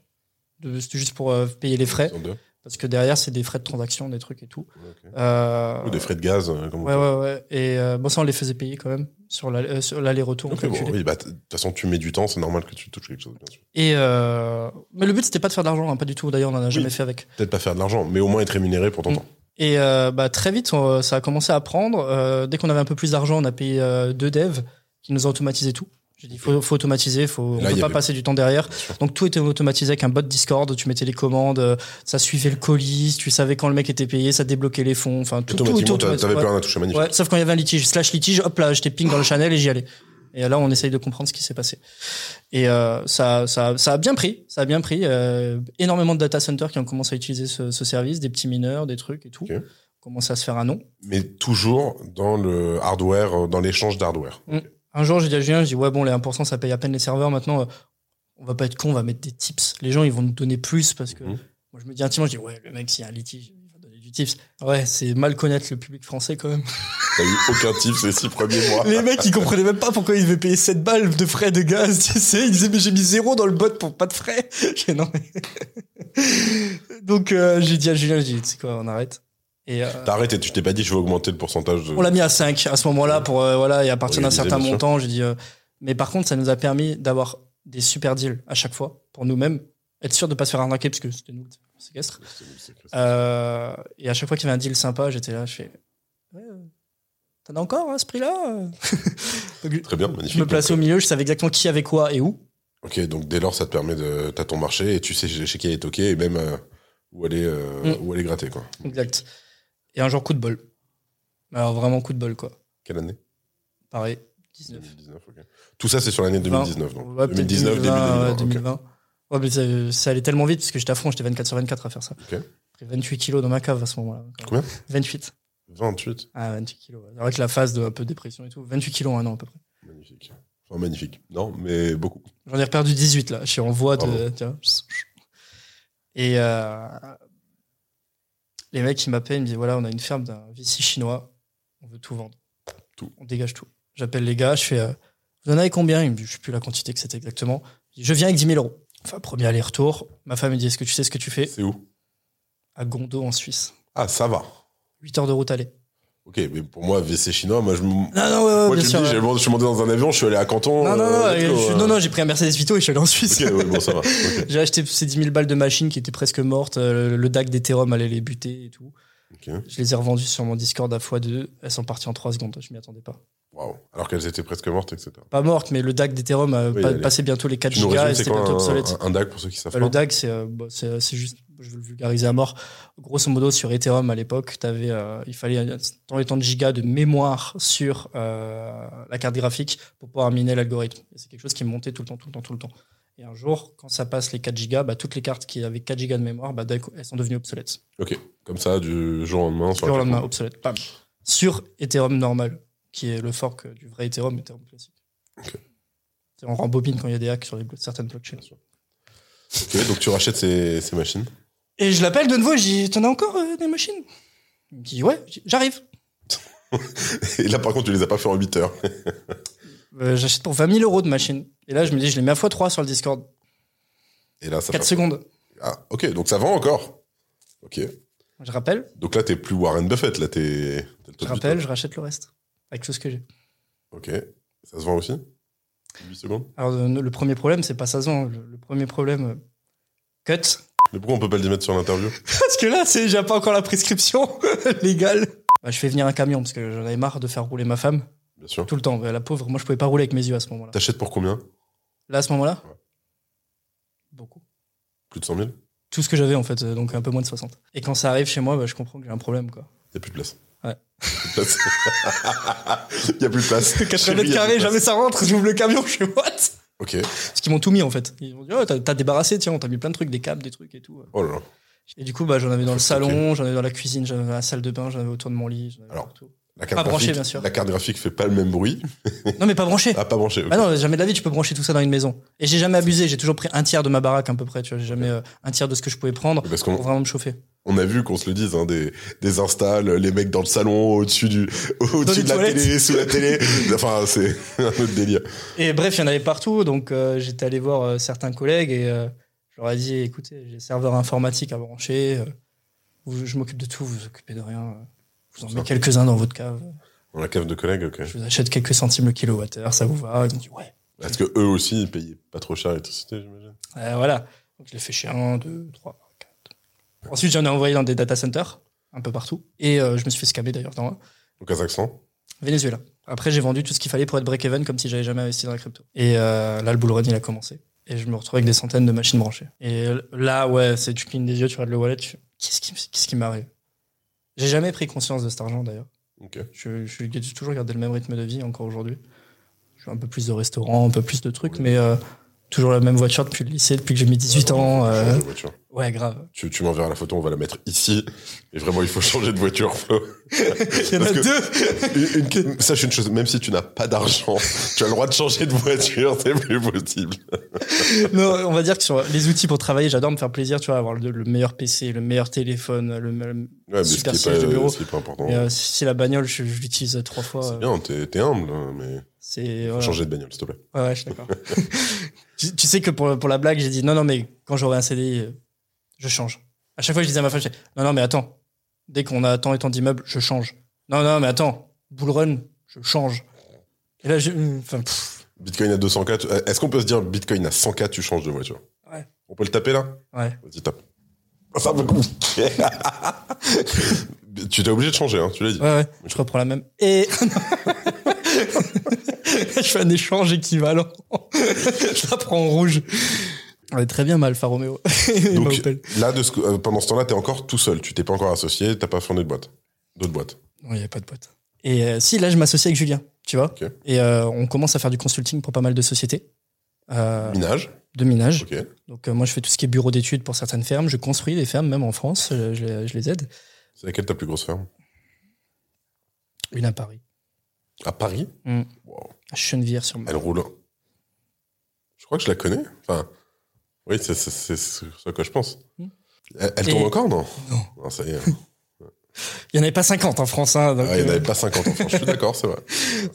de- c'était juste pour euh, payer les frais,
Sur deux.
parce que derrière c'est des frais de transaction, des trucs et tout.
Ok.
Euh,
Ou des frais de gaz, euh, comme on
Ouais, ouais, ouais. Et euh, bon, ça on les faisait payer quand même, sur la- euh, sur l'aller-retour. on
Ok, bon,
calculait.
oui, bah, t- de toute façon, tu mets du temps, c'est normal que tu touches quelque chose, bien sûr.
Et euh, Mais le but c'était pas de faire de l'argent, hein, pas du tout, d'ailleurs on en a jamais fait avec.
Peut-être pas faire de l'argent, mais au moins être rémunéré pour ton
Mm.
temps.
Et euh, bah, très vite, on- ça a commencé à prendre. Euh, dès qu'on avait un peu plus d'argent, on a payé euh, deux devs qui nous ont automatisé tout. J'ai dit, faut, faut automatiser, faut,
Là,
on
il y
peut pas
avait-
passer du temps derrière.
Bien sûr.
Donc tout était automatisé avec un bot Discord, tu mettais les commandes, euh, ça suivait le colis, tu savais quand le mec était payé, ça débloquait les fonds, enfin tout, tout était
Automatiquement, t'a-
automatisé.
t'avais
Ouais.
plus rien à toucher, magnifique.
Ouais, sauf quand il y avait un litige, slash litige, hop là, j'étais ping dans le channel et j'y allais. Et là, on essaye de comprendre ce qui s'est passé. Et euh, ça, ça, ça a bien pris, ça a bien pris. euh, énormément de data centers qui ont commencé à utiliser ce, ce service, des petits mineurs, des trucs et tout.
Ok.
Commence à se faire un nom.
Mais toujours dans le hardware, euh, dans l'échange d'hardware.
Un jour, j'ai dit à Julien, je dis ouais bon, les 1% ça paye à peine les serveurs. Maintenant, euh, on va pas être con, on va mettre des tips. Les gens, ils vont nous donner plus parce que
Mhm.
moi, je me dis intimement, je dis ouais, le mec, s'il y a un litige, il va donner du tips. Ouais, c'est mal connaître le public français quand même.
T'as eu aucun type ces six premiers mois.
Les mecs, ils comprenaient même pas pourquoi ils devaient payer 7 balles de frais de gaz, tu sais. Ils disaient, mais j'ai mis zéro dans le bot pour pas de frais. J'ai dit, non, mais. Donc, euh, j'ai dit à Julien, j'ai dit, tu sais quoi, on arrête. Et euh,
T'as arrêté, tu t'es pas dit je vais augmenter le pourcentage de.
on l'a mis à 5 à ce moment-là pour, euh, voilà, et à partir d'un
Organisé,
certain
bien sûr.
montant, j'ai dit. euh, Mais par contre, ça nous a permis d'avoir des super deals à chaque fois pour nous-mêmes. Être sûr de pas se faire arnaquer parce que c'était nous le séquestre. Euh, et à chaque fois qu'il y avait un deal sympa, j'étais là, je fais. Ouais, euh, T'en as encore hein, à ce prix-là euh Donc,
Très bien,
Je
magnifique.
me plaçais au milieu, je savais exactement qui avait quoi et où.
Ok, donc dès lors, ça te permet de. T'as ton marché et tu sais chez qui aller toquer et même euh, où, aller, euh,
Mm.
où aller gratter, quoi.
Exact. Et un jour, coup de bol. Alors vraiment coup de bol, quoi.
Quelle année
Pareil, 19.
2019, ok. Tout ça, c'est sur l'année 2019, donc.
Ouais, peut-être euh,
2019,
2020, ouais,
début 2020. ok.
2020. Ouais, mais ça, ça allait tellement vite, parce que j'étais à fond, j'étais 24 sur 24 à faire ça.
Ok.
J'ai pris 28 kilos dans ma cave à ce moment-là.
Combien
28.
28.
Ah, 28 kilos. ouais. Avec la phase de un peu dépression et tout. 28 kilos en un an à peu près.
Magnifique. Enfin, magnifique. Non, mais beaucoup.
J'en ai reperdu 18 là. Je suis en voie de.
Bravo.
tu vois. Et euh, les mecs, ils m'appellent, ils me disent voilà, on a une ferme d'un VC chinois, on veut tout vendre.
Tout.
On dégage tout. J'appelle les gars, je fais euh, vous en avez combien Ils me disent, je sais plus la quantité que c'était exactement. Je dis, Je viens avec 10 000 euros. Enfin, premier aller-retour. Ma femme me dit est-ce que tu sais ce que tu fais
C'est où
À Gondo en Suisse.
Ah, ça va.
8 heures de route aller.
Ok, mais pour moi, VC chinois, moi, je. m-
Non, non, ouais, ouais,
Moi,
bien
tu
sûr.
me dis, j'ai-
ouais.
je suis monté dans un avion, je suis allé à Canton.
Non, non, non,
euh, let's go,
je suis-
hein.
non, non, j'ai pris un Mercedes Vito et je suis allé en Suisse.
Ok, ouais, bon, ça va. ok.
J'ai acheté ces 10 000 balles de machines qui étaient presque mortes. euh, Le, le DAC d'Ethereum allait les buter et tout.
Ok.
Je les ai revendues sur mon Discord à x2. Elles sont parties en 3 secondes. Je m'y attendais pas.
Waouh. Alors qu'elles étaient presque mortes, etc.
Pas mortes, mais le DAC d'Ethereum a
Oui,
pa-
allez.
passé bientôt les 4
Tu nous
gigas
résumes,
et
c'est
c'était
quoi
bientôt obsolète.
un, un, un DAC pour ceux qui savent
Bah,
pas
le DAG, c'est euh, bah, c'est- c'est juste, je veux le vulgariser à mort. Grosso modo, sur Ethereum à l'époque, t'avais, euh, il fallait euh, tant et tant de gigas de mémoire sur euh, la carte graphique pour pouvoir miner l'algorithme. Et C'est quelque chose qui montait tout le temps, tout le temps, tout le temps. Et un jour, quand ça passe les 4 gigas, bah, toutes les cartes qui avaient 4 gigas de mémoire, bah, d'un coup, elles sont devenues obsolètes.
Comme ça, du jour au lendemain.
Sur le lendemain, obsolète. Bam. Sur Ethereum normal, qui est le fork euh, du vrai Ethereum, Ethereum classique.
Ok.
C'est- On rembobine quand il y a des hacks sur les blo- certaines blockchains.
Ok, donc tu rachètes ces, ces machines.
Et je l'appelle de nouveau, je dis T'en as encore euh, des machines Il me dit Ouais, j'arrive.
Et là, par contre, tu les as pas fait en 8 heures.
Euh, J'achète pour 20 000 euros de machines. Et là, je me dis Je les mets à x3 sur le Discord.
Et là, ça
4
fait-
secondes.
Ah, ok, donc ça vend encore. Ok.
Je rappelle,
Donc là, t'es plus Warren Buffett, là, t'es. t'es le top
je
du
rappelle,
top.
je rachète le reste. Avec tout ce que j'ai.
Ok. Ça se vend aussi 8 secondes.
Alors, euh, le premier problème, c'est pas ça se vend. Le, le premier problème, euh, cut.
Mais pourquoi on peut pas le mettre sur l'interview
Parce que là, c'est, j'ai pas encore la prescription légale. Bah, je fais venir un camion parce que j'en avais marre de faire rouler ma femme
Bien sûr.
tout le temps. Bah, La pauvre, moi je pouvais pas rouler avec mes yeux à ce moment-là.
T'achètes pour combien
Là, à ce moment-là
Ouais.
Beaucoup.
Plus de 100 000
Tout ce que j'avais en fait, euh, donc un peu moins de 60. Et quand ça arrive chez moi, bah, je comprends que j'ai un problème quoi.
Y a plus de place.
Ouais.
Plus de place. y a plus de place.
80
Chérie, y
mètres
a plus de
carrés,
place.
jamais ça rentre, j'ouvre le camion, je fais what
Ok.
Parce qu'ils m'ont tout mis en fait. Ils m'ont dit, oh, t'as, t'as débarrassé, tiens, on t'a mis plein de trucs, des câbles, des trucs et tout.
Oh là là.
Et du coup, bah, j'en avais dans le
Ok.
salon, j'en avais dans la cuisine, j'en avais dans la salle de bain, j'en avais autour de mon lit. j'en avais
Alors.
partout.
La carte,
Pas branché,
graphique,
bien sûr.
la carte graphique fait pas le même bruit.
Non, mais pas branché.
Ah, pas branché. ok.
Bah non, jamais de la vie, tu peux brancher tout ça dans une maison. Et j'ai jamais abusé, j'ai toujours pris un tiers de ma baraque à peu près, tu vois, j'ai jamais euh, un tiers de ce que je pouvais prendre
Parce
pour
qu'on
vraiment me chauffer.
on a vu qu'on se le dise, hein, des, des installs, les mecs dans le salon, au-dessus du,
les
au-dessus de la
toilettes.
télé, sous la télé. Enfin, c'est un autre délire.
Et bref, il y en avait partout, donc euh, j'étais allé voir euh, certains collègues et euh, je leur ai dit, écoutez, j'ai serveur informatique à brancher, euh, vous- je m'occupe de tout, vous vous occupez de rien, euh, vous en
Ça.
mettez quelques-uns dans votre cave,
Dans la cave de collègues, ok.
je vous achète quelques centimes le kilowattheure, ça vous va Ils m'ont dit, ouais,
Parce que eux aussi, ils payaient pas trop cher l'électricité, j'imagine.
Euh, voilà. Donc je l'ai fait chez un, deux, trois, quatre. Ensuite, j'en ai envoyé dans des data centers, un peu partout, et euh, je me suis fait scammer d'ailleurs dans un,
Au Kazakhstan.
Venezuela. Après, j'ai vendu tout ce qu'il fallait pour être break-even, comme si j'avais jamais investi dans la crypto. Et euh, là, le bull run, il a commencé. Et je me retrouve avec des centaines de machines branchées. Et là, ouais, c'est tu clignes des yeux, tu regardes le wallet, tu... qu'est-ce qui, qu'est-ce qui m'arrive J'ai jamais pris conscience de cet argent, d'ailleurs.
Ok.
Je, je- j'ai toujours gardé le même rythme de vie encore aujourd'hui. Je fais un peu plus de restaurants, un peu plus de trucs, mais euh, toujours la même voiture depuis le lycée, depuis que j'ai mis 18 ans.
Faut
euh,
changer de voiture.
Ouais, grave.
Tu, tu m'enverras la photo, on va la mettre ici. Et vraiment, il faut changer de voiture, Flo.
Il y en a
Parce que-
deux
Une- une- sache une chose, même si tu n'as pas d'argent, tu as le droit de changer de voiture, c'est plus possible.
Non, on va dire que sur les outils pour travailler, j'adore me faire plaisir, tu vois, avoir le, le meilleur PC, le meilleur téléphone, le, me-
Ouais, mais
Super
ce, qui est
siège de
pas,
bureau.
ce qui est pas important.
mais, euh, si la bagnole, je, je l'utilise trois
c'est
fois. euh,
bien, t'es t'es humble, hein, mais
C'est
faut
voilà.
changer de bagnole, s'il te plaît.
Ouais, ouais, je suis d'accord. tu, tu sais que pour, pour la blague, j'ai dit non, non, mais quand j'aurai un CDI, euh, je change. À chaque fois, je disais à ma femme, je disais, non, non, mais attends, dès qu'on a tant et tant d'immeubles, je change. Non, non, mais attends, bull run, je change. Et là, je, enfin, pff,
Bitcoin à 200K, tu- euh, est-ce qu'on peut se dire Bitcoin à 100K, tu changes de voiture
Ouais.
On peut le taper là
ouais.
Vas-y, tape. Ça me gonfle. tu t'es obligé de changer, hein, tu l'as dit.
Ouais, ouais, je reprends la même. Et. je fais un échange équivalent. je la prends en rouge. On est très bien, ma Alfa Romeo. Et ma
Donc
Opel.
là, de ce que- euh, pendant ce temps-là, t'es encore tout seul, tu t'es pas encore associé, t'as pas fondé de boîte. D'autres boîtes.
Non, il n'y avait pas de boîte. Et euh, si, là, je m'associe avec Julien, tu vois.
Ok.
Et euh, on commence à faire du consulting pour pas mal de sociétés euh,
Minage,
de minage.
ok.
Donc, euh, moi, je fais tout ce qui est bureau d'études pour certaines fermes. Je construis des fermes, même en France. Je, je les- je les aide.
C'est laquelle ta plus grosse ferme
Une à Paris,
À Paris
Mm.
Wow.
à Chenevière-sur-Marne.
Elle roule. Je crois que je la connais. Enfin, oui, c'est c'est- c'est ce que je pense.
Mm.
Elle, elle
Et-
tourne encore, non
Non.
ça y est.
Il n'y en avait pas 50 en France. hein, donc,
Ah, il n'y en
euh,
avait pas 50 en France. Je suis d'accord, c'est vrai.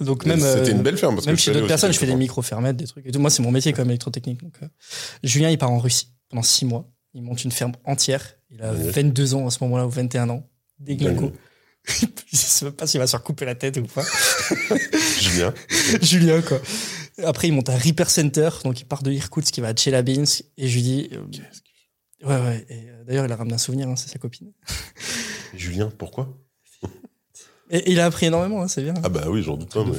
donc
Mais
même,
C'était
euh,
une belle ferme. Parce
même
que
chez
suis allé
d'autres
aussi
personnes, je
quelques
fais des
fois.
micro-fermettes, des trucs et tout. Moi, c'est mon métier comme électrotechnique. Donc, euh, Julien, il part en Russie pendant six mois. Il monte une ferme entière. Il a
Ouais.
22 ans à ce moment-là, ou 21 ans. Des glingos.
Dingue.
je sais même pas s'il va se recouper la tête ou pas.
Julien,
Julien, quoi. Après, il monte un Reaper Center, donc il part de Irkoutsk, il va à Tchelabinsk, et je lui dis. euh, Ouais, ouais. et, euh, D'ailleurs, il a ramené un souvenir, hein, c'est sa copine.
Julien, pourquoi
Et, et il a appris énormément, hein, c'est bien.
Ah bah oui, j'en doute pas, mais...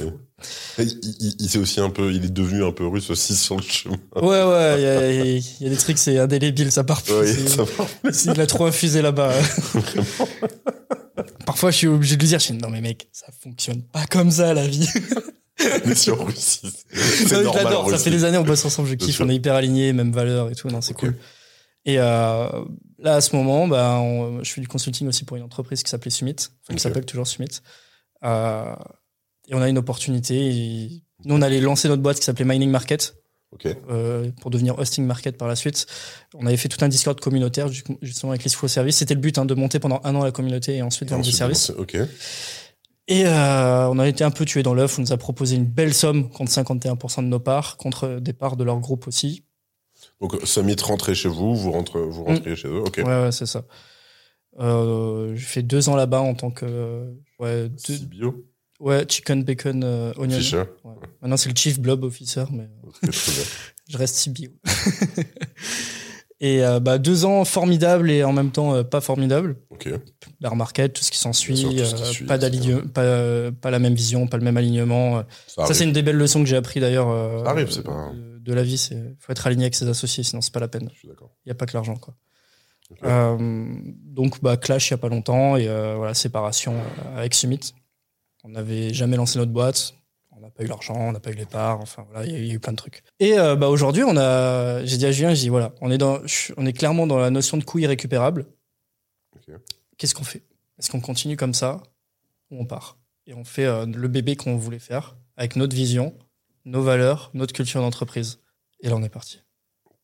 Et Il, il- il s'est aussi un peu... Il est devenu un peu russe aussi sur le chemin.
Ouais, ouais, il y a- il y, a des trucs, c'est indélébile, ça part plus.
Ouais,
c'est-
ça va.
Il a trop infusé là-bas. Parfois, je suis obligé de lui dire, je suis, non mais mec, ça fonctionne pas comme ça la vie.
Mais sur Russie,
Non,
c'est
mais Ah je
normal. en
l'adore, ça
Russie.
fait des années on bosse ensemble, je
Bien
kiffe,
sûr.
on est hyper alignés, même valeur et tout, non c'est
Ok.
cool. Et euh, là, à ce moment, bah, on- je fais du consulting aussi pour une entreprise qui s'appelait Summit, enfin, qui
Ok.
s'appelle toujours Summit. Euh, et on a une opportunité. et Nous, on allait lancer notre boîte qui s'appelait Mining Market.
Ok,
euh, pour devenir hosting market par la suite. On avait fait tout un Discord communautaire ju- justement avec les Flow Service. C'était le but hein, de monter pendant un an la communauté et ensuite
Et
vendre du
ensuite,
service.
Ok,
Et euh, on a été un peu tués dans l'œuf. On nous a proposé une belle somme contre 51% de nos parts, contre des parts de leur groupe aussi.
donc Summit rentrait chez vous, vous, rentre, vous rentriez chez eux, ok.
Mm. Ouais, ouais, c'est ça. Euh, J'ai fait deux ans là-bas en tant que euh, ouais, deux-
Sibio,
ouais, chicken bacon euh, onion.
Fisher,
Ouais. Maintenant c'est le chief blob officer, mais
ok, très bien.
je reste si bio. et euh, bah, deux ans formidables et en même temps euh, pas formidables.
Ok.
la market, tout ce qui s'ensuit,
Bien sûr, tout ce qui
euh,
suit,
pas,
etc.
d'aligne- pas, euh, pas la même vision, pas le même alignement.
Ça,
ça, c'est
arrive.
une des belles leçons que j'ai appris d'ailleurs euh,
Ça arrive, c'est pas grave.
de, de la vie. Il faut être aligné avec ses associés, sinon c'est pas la peine.
Je suis d'accord.
Il n'y a pas que l'argent. quoi.
Ok.
Euh, donc, bah, clash il n'y a pas longtemps et euh, voilà, séparation euh, avec Summit. On n'avait jamais lancé notre boîte. On n'a pas eu l'argent, on n'a pas eu les parts, enfin voilà, il y a eu- il y, a eu plein de trucs. Et euh, bah, aujourd'hui, on a, j'ai dit à Julien, j'ai dit voilà, on est, dans, on est clairement dans la notion de coût irrécupérable qu'est-ce qu'on fait Est-ce qu'on continue comme ça ou on part Et on fait euh, le bébé qu'on voulait faire avec notre vision, nos valeurs, notre culture d'entreprise. Et là, on est parti.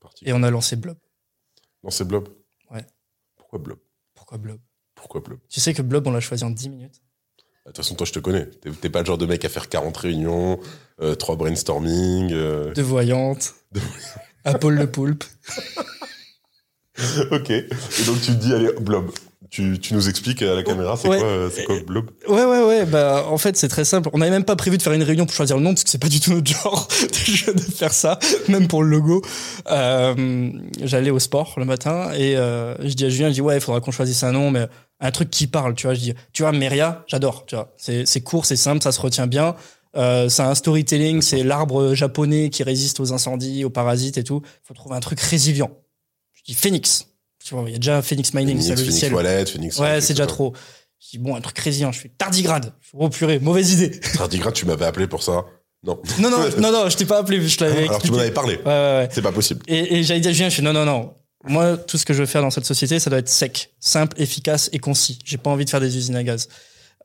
Parti.
Et on a lancé Blob.
Non, c'est Blob.
Ouais.
Pourquoi Blob
Pourquoi Blob
Pourquoi Blob Bah,
Tu sais que Blob, on l'a choisi en 10 minutes.
De toute façon, toi, je te connais. T'es t'es pas le genre de mec à faire 40 réunions, 3 brainstorming. euh,
De voyante.
De
Apollo le poulpe.
ok. Et donc, tu te dis, allez, Blob. Tu, tu nous expliques à la caméra, c'est
Ouais.
quoi, euh, c'est quoi Blob
Ouais, ouais, ouais. Bah, en fait, c'est très simple. On n'avait même pas prévu de faire une réunion pour choisir le nom parce que c'est pas du tout notre genre déjà de faire ça, même pour le logo. Euh, J'allais au sport le matin et euh, je dis à Julien, je dis ouais, il faudra qu'on choisisse un nom, mais un truc qui parle, tu vois. Je dis, tu vois, Meria, j'adore, tu vois. C'est c'est court, c'est simple, ça se retient bien. Euh, c'est un storytelling, c'est l'arbre japonais qui résiste aux incendies, aux parasites et tout. Faut trouver un truc résilient. Je dis Phoenix. Tu vois, il y a déjà Phoenix Mining,
Phoenix,
c'est le
Phoenix
logiciel.
Wallet, Phoenix.
Ouais, c'est déjà trop. Je dis, bon, un truc résilient. Je fais tardigrade. Je fais, Oh purée, mauvaise idée.
Tardigrade, tu m'avais appelé pour ça. Non.
Non, non, non, non, je t'ai pas appelé, je t'avais
Ah, Alors tu
expliqué.
m'en avais parlé.
Ouais, ouais, ouais.
C'est pas possible.
Et, et j'allais dire à Julien, je fais non, non, non. Moi, tout ce que je veux faire dans cette société, ça doit être sec, simple, efficace et concis. J'ai pas envie de faire des usines à gaz.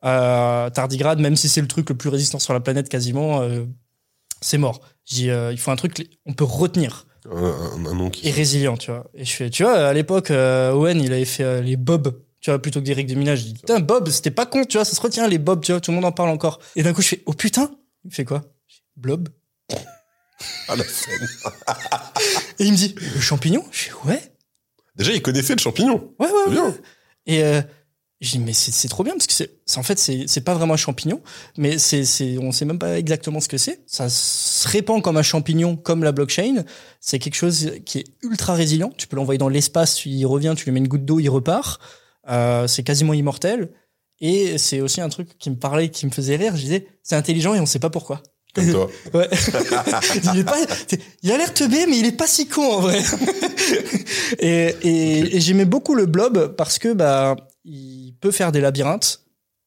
Euh, tardigrade, même si c'est le truc le plus résistant sur la planète quasiment, euh, c'est mort. J'ai, euh, il faut un truc on peut retenir
Un, un- un nom
et
qui.
résilient, tu vois. Et je fais, tu vois, à l'époque, euh, Owen, il avait fait euh, les Bob, tu vois, plutôt que des règles de minage. Je dis, putain, Bob, c'était pas con, tu vois, ça se retient, les Bob, tu vois, tout le monde en parle encore. Et d'un coup, je fais, oh putain, il fait quoi Je fais, Blob.
Ah, la scène.
Et il me dit, le champignon Je fais, ouais,
Déjà, il connaissait le champignon.
ouais, ouais, ouais.
C'est bien.
Et euh, je dis mais c'est c'est trop bien parce que c'est c'est- en fait c'est c'est pas vraiment un champignon, mais c'est c'est on sait même pas exactement ce que c'est. Ça se répand comme un champignon, comme la blockchain. C'est quelque chose qui est ultra résilient. Tu peux l'envoyer dans l'espace, il revient, tu lui mets une goutte d'eau, il repart. Euh, c'est quasiment immortel. Et c'est aussi un truc qui me parlait, qui me faisait rire. Je disais c'est intelligent et on sait pas pourquoi.
Comme toi.
Ouais. il, est pas, il a l'air teubé, mais il est pas si con en vrai. et et- et j'aimais beaucoup le blob parce que bah il peut faire des labyrinthes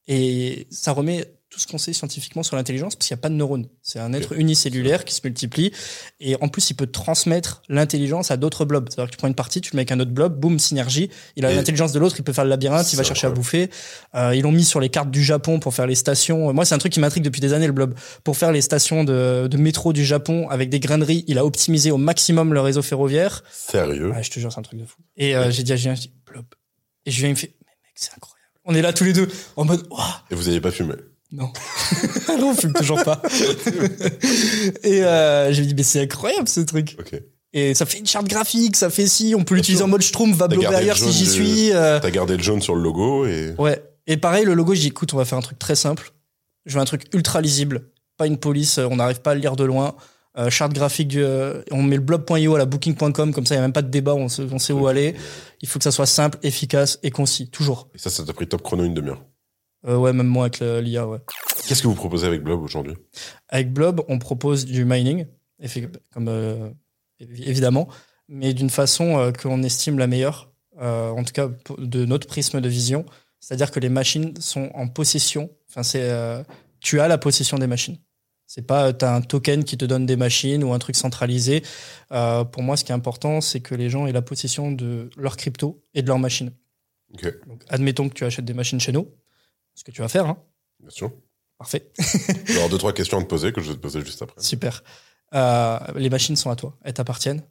et ça remet tout ce qu'on sait scientifiquement sur l'intelligence parce qu'il n'y a pas de neurones. C'est un être unicellulaire qui se multiplie et en plus il peut transmettre l'intelligence à d'autres blobs. C'est-à-dire que tu prends une partie, tu le mets avec un autre blob, boum, synergie. Il a
Et-
l'intelligence de l'autre, il peut faire le labyrinthe, il va
C'est
chercher à bouffer. Euh, ils l'ont mis sur les cartes du Japon pour faire les stations. Moi, c'est un truc qui m'intrigue depuis des années, le blob. Pour faire les stations de, de métro du Japon avec des graineries, il a optimisé au maximum le réseau ferroviaire.
Sérieux.
Ouais, je te jure, c'est un truc de fou. Et euh, j'ai dit à Julien, je dis, blob. Et Julien, il me fait, mais mec, c'est incroyable. On est là tous les deux en mode, Ouah,
Et vous n'avez pas fumé.
non. non, on fume toujours pas. et euh, j'ai dit, mais c'est incroyable ce truc.
Ok.
Et ça fait une charte graphique, ça fait si, on peut
Bien
l'utiliser
sûr.
en mode Schtroumpf, va
T'as gardé
derrière
le
si j'y
jaune de-
suis. euh,
T'as gardé le jaune sur le logo et.
Ouais. Et pareil, le logo, j'ai dit, écoute, on va faire un truc très simple. Je veux un truc ultra lisible. Pas une police, euh, on n'arrive pas à le lire de loin. Euh, charte graphique, du, euh, on met le blob.io à la booking.com, comme ça, il n'y a même pas de débat, on, se- on sait où aller. Il faut que ça soit simple, efficace et concis, toujours.
Et ça, ça t'a pris top chrono une demi-heure.
Euh, ouais, même moi avec le- l'IA, ouais.
Qu'est-ce que vous proposez avec Blob aujourd'hui
Avec Blob, on propose du mining, effi- comme euh, évi- évidemment, mais d'une façon euh, qu'on estime la meilleure, euh, en tout cas p- de notre prisme de vision. C'est-à-dire que les machines sont en possession. Enfin, c'est euh, tu as la possession des machines. C'est pas euh, t'as un token qui te donne des machines ou un truc centralisé. Euh, pour moi, ce qui est important, c'est que les gens aient la possession de leur crypto et de leurs machines.
Ok.
Donc, admettons que tu achètes des machines chez nous, ce que tu vas faire, hein.
Bien sûr.
Parfait.
Alors, deux, trois questions à te poser que je vais te poser juste après.
Super. Euh, les machines sont à toi, elles t'appartiennent.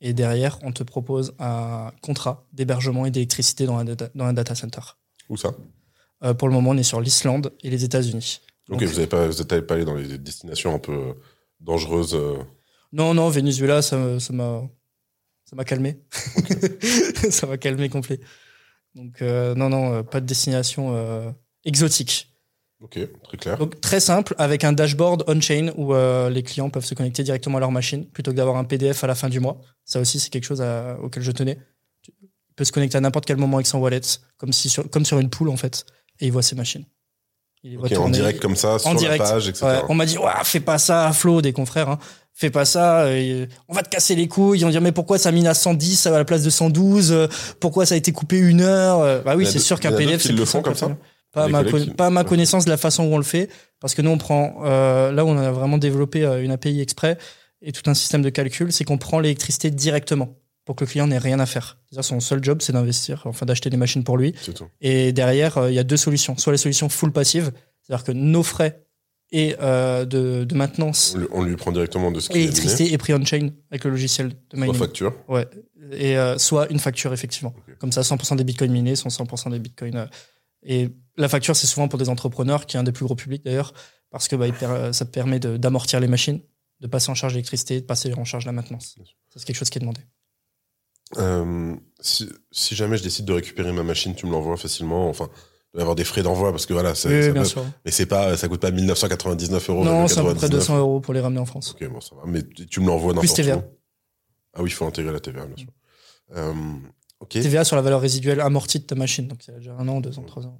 Et derrière, on te propose un contrat d'hébergement et d'électricité dans, un data- dans un data center.
Où ça
Euh, pour le moment, on est sur l'Islande et les États-Unis.
Ok,
Donc-
vous n'avez pas, vous êtes allé pas allé dans les destinations un peu dangereuses. euh,
Non, non, Venezuela, ça me- ça m'a ça m'a calmé. ça m'a calmé complet. Donc, euh, non, non, euh, pas de destination euh, exotique.
Ok, très clair.
Donc très simple, avec un dashboard on-chain où euh, les clients peuvent se connecter directement à leur machine plutôt que d'avoir un PDF à la fin du mois. Ça aussi, c'est quelque chose à- auquel je tenais. Tu peut se connecter à n'importe quel moment avec son wallet, comme, si sur, comme sur une poule en fait, et il voit ses machines. Il les voit
Ok, en
tourner.
direct comme ça, sur
direct.
la page, etc.
Ouais, on m'a dit, Ouah, fais pas ça, Flo, des confrères, hein. fais pas ça, euh, on va te casser les couilles, on va dire, mais pourquoi ça mine à 110 à la place de 112, euh, pourquoi ça a été coupé une heure Euh, Bah
Il
oui,
y a
c'est
deux-
sûr
il
qu'un
y en a
PDF,
d'autres qui
c'est
le
plus
font
simple, hein.
comme ça
absolument. Pas à,
Des
ma
collègues
con-
qui-
pas à ma
ouais.
connaissance de la façon où on le fait, parce que nous on prend, euh, là où on a vraiment développé euh, une API exprès et tout un système de calcul, c'est qu'on prend l'électricité directement pour que le client n'ait rien à faire. C'est-à-dire son seul job, c'est d'investir, enfin d'acheter des machines pour lui.
C'est tout.
Et derrière, euh, il y a deux solutions. Soit les solutions full passive, c'est-à-dire que nos frais et euh, de, de maintenance
On, lui- on lui prend directement de
et
ce qu'il a miné,
l'électricité est pris on-chain avec le logiciel de
trois
mining.
factures.
Ouais. Et euh, soit une facture, effectivement.
Ok.
Comme ça, 100% des bitcoins minés sont 100% des bitcoins. euh, et la facture, c'est souvent pour des entrepreneurs, qui est un des plus gros publics d'ailleurs, parce que bah, il per- euh, ça te permet de- d'amortir les machines, de passer en charge l'électricité, de passer en charge la maintenance.
Bien sûr.
Ça, C'est quelque chose qui est demandé.
Euh, si, si jamais je décide de récupérer ma machine, tu me l'envoies facilement. Enfin, il doit y avoir des frais d'envoi parce que voilà, ça,
Oui, oui,
ça
bien
doit-
sûr.
mais c'est pas, ça coûte pas 1999 euros.
Non, c'est à peu près
99.
200 euros pour les ramener en France.
Ok, bon, ça va. Mais tu tu me l'envoies
Plus
n'importe
TVA.
où. Ah oui, il faut intégrer la TVA, bien sûr. Euh, Ok.
TVA sur la valeur résiduelle amortie de ta machine. Donc, c'est déjà un an, deux ans, trois ans.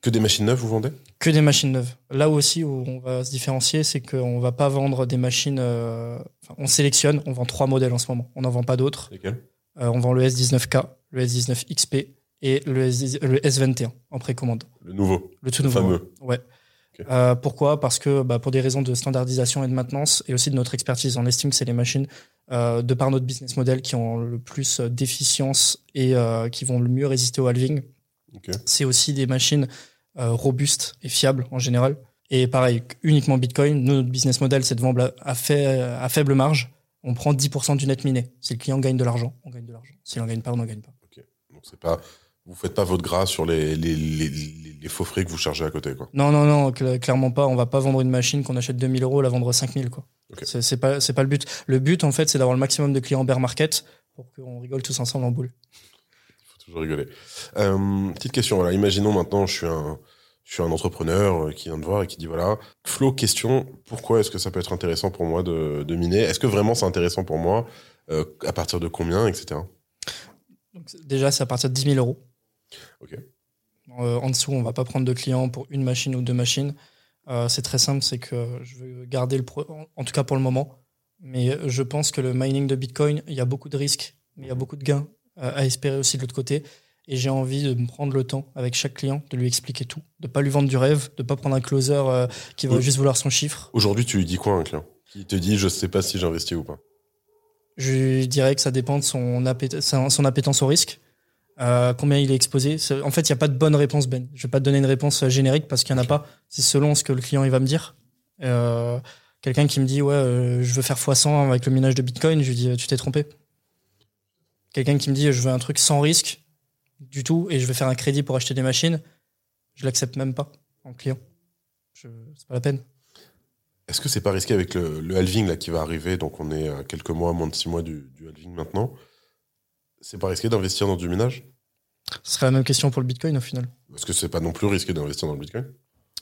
Que des machines neuves, vous vendez
Que des machines neuves. Là aussi, où on va se différencier, c'est qu'on va pas vendre des machines. euh, enfin, on sélectionne, on vend trois modèles en ce moment. On n'en vend pas d'autres.
Lesquelles
Euh, on vend le S19K, le S19 XP et le, S10 le S21 en précommande.
Le nouveau.
Le tout
Le
nouveau.
fameux.
Ouais.
Ok.
Euh, pourquoi Parce que bah, pour des raisons de standardisation et de maintenance, et aussi de notre expertise, on estime que c'est les machines, euh, de par notre business model, qui ont le plus euh, d'efficience et euh, qui vont le mieux résister au halving.
Ok.
C'est aussi des machines euh, robustes et fiables en général. Et pareil, uniquement Bitcoin, nous, notre business model, c'est de vendre à, fa- à faible marge. On prend 10% du net miné. Si le client gagne de l'argent, on gagne de l'argent. S'il n'en gagne pas, on n'en gagne pas.
Donc c'est pas, vous faites pas votre gras sur les, les, les, les- les faux frais que vous chargez à côté, quoi.
Non, non, non, cl- clairement pas. On va pas vendre une machine qu'on achète 2000 euros, la vendre 5000, quoi.
Ok.
C'est- C'est pas, c'est pas le but. Le but, en fait, c'est d'avoir le maximum de clients bear market pour qu'on rigole tous ensemble en boule.
Faut toujours rigoler. Euh, petite question. Voilà, imaginons maintenant, je suis un, je suis un entrepreneur euh, qui vient de voir et qui dit voilà, Flo, question, pourquoi est-ce que ça peut être intéressant pour moi de, de miner Est-ce que vraiment c'est intéressant pour moi Euh, À partir de combien, etc.
Donc, c'est- déjà, c'est à partir de 10 000 euros.
Ok.
Euh, en dessous, on va pas prendre de clients pour une machine ou deux machines. Euh, c'est très simple, c'est que je veux garder le pro- en- en tout cas pour le moment. Mais je pense que le mining de Bitcoin, il y a beaucoup de risques, mais il y a beaucoup de gains euh, à espérer aussi de l'autre côté. Et j'ai envie de me prendre le temps avec chaque client, de lui expliquer tout, de pas lui vendre du rêve, de pas prendre un closer euh, qui va
Oui.
juste vouloir son chiffre.
Aujourd'hui, tu lui dis quoi à un client qui te dit je sais pas si j'investis ou pas
Je lui dirais que ça dépend de son, appét- son son appétence au risque. Euh, combien il est exposé. C'est- En fait, il n'y a pas de bonne réponse, Ben. Je vais pas te donner une réponse euh, générique parce qu'il n'y en a pas. C'est selon ce que le client il va me dire. Euh, Quelqu'un qui me dit, ouais, euh, je veux faire x100 avec le minage de Bitcoin, je lui dis, euh, tu t'es trompé. Quelqu'un qui me dit, euh, je veux un truc sans risque du tout et je vais faire un crédit pour acheter des machines, je l'accepte même pas en client. Je- C'est pas la peine.
Est-ce que c'est pas risqué avec le, le halving là qui va arriver Donc on est à quelques mois, moins de six mois du, du halving maintenant. C'est pas risqué d'investir dans du minage
Ce serait la même question pour le Bitcoin au final.
Parce que c'est pas non plus risqué d'investir dans le bitcoin.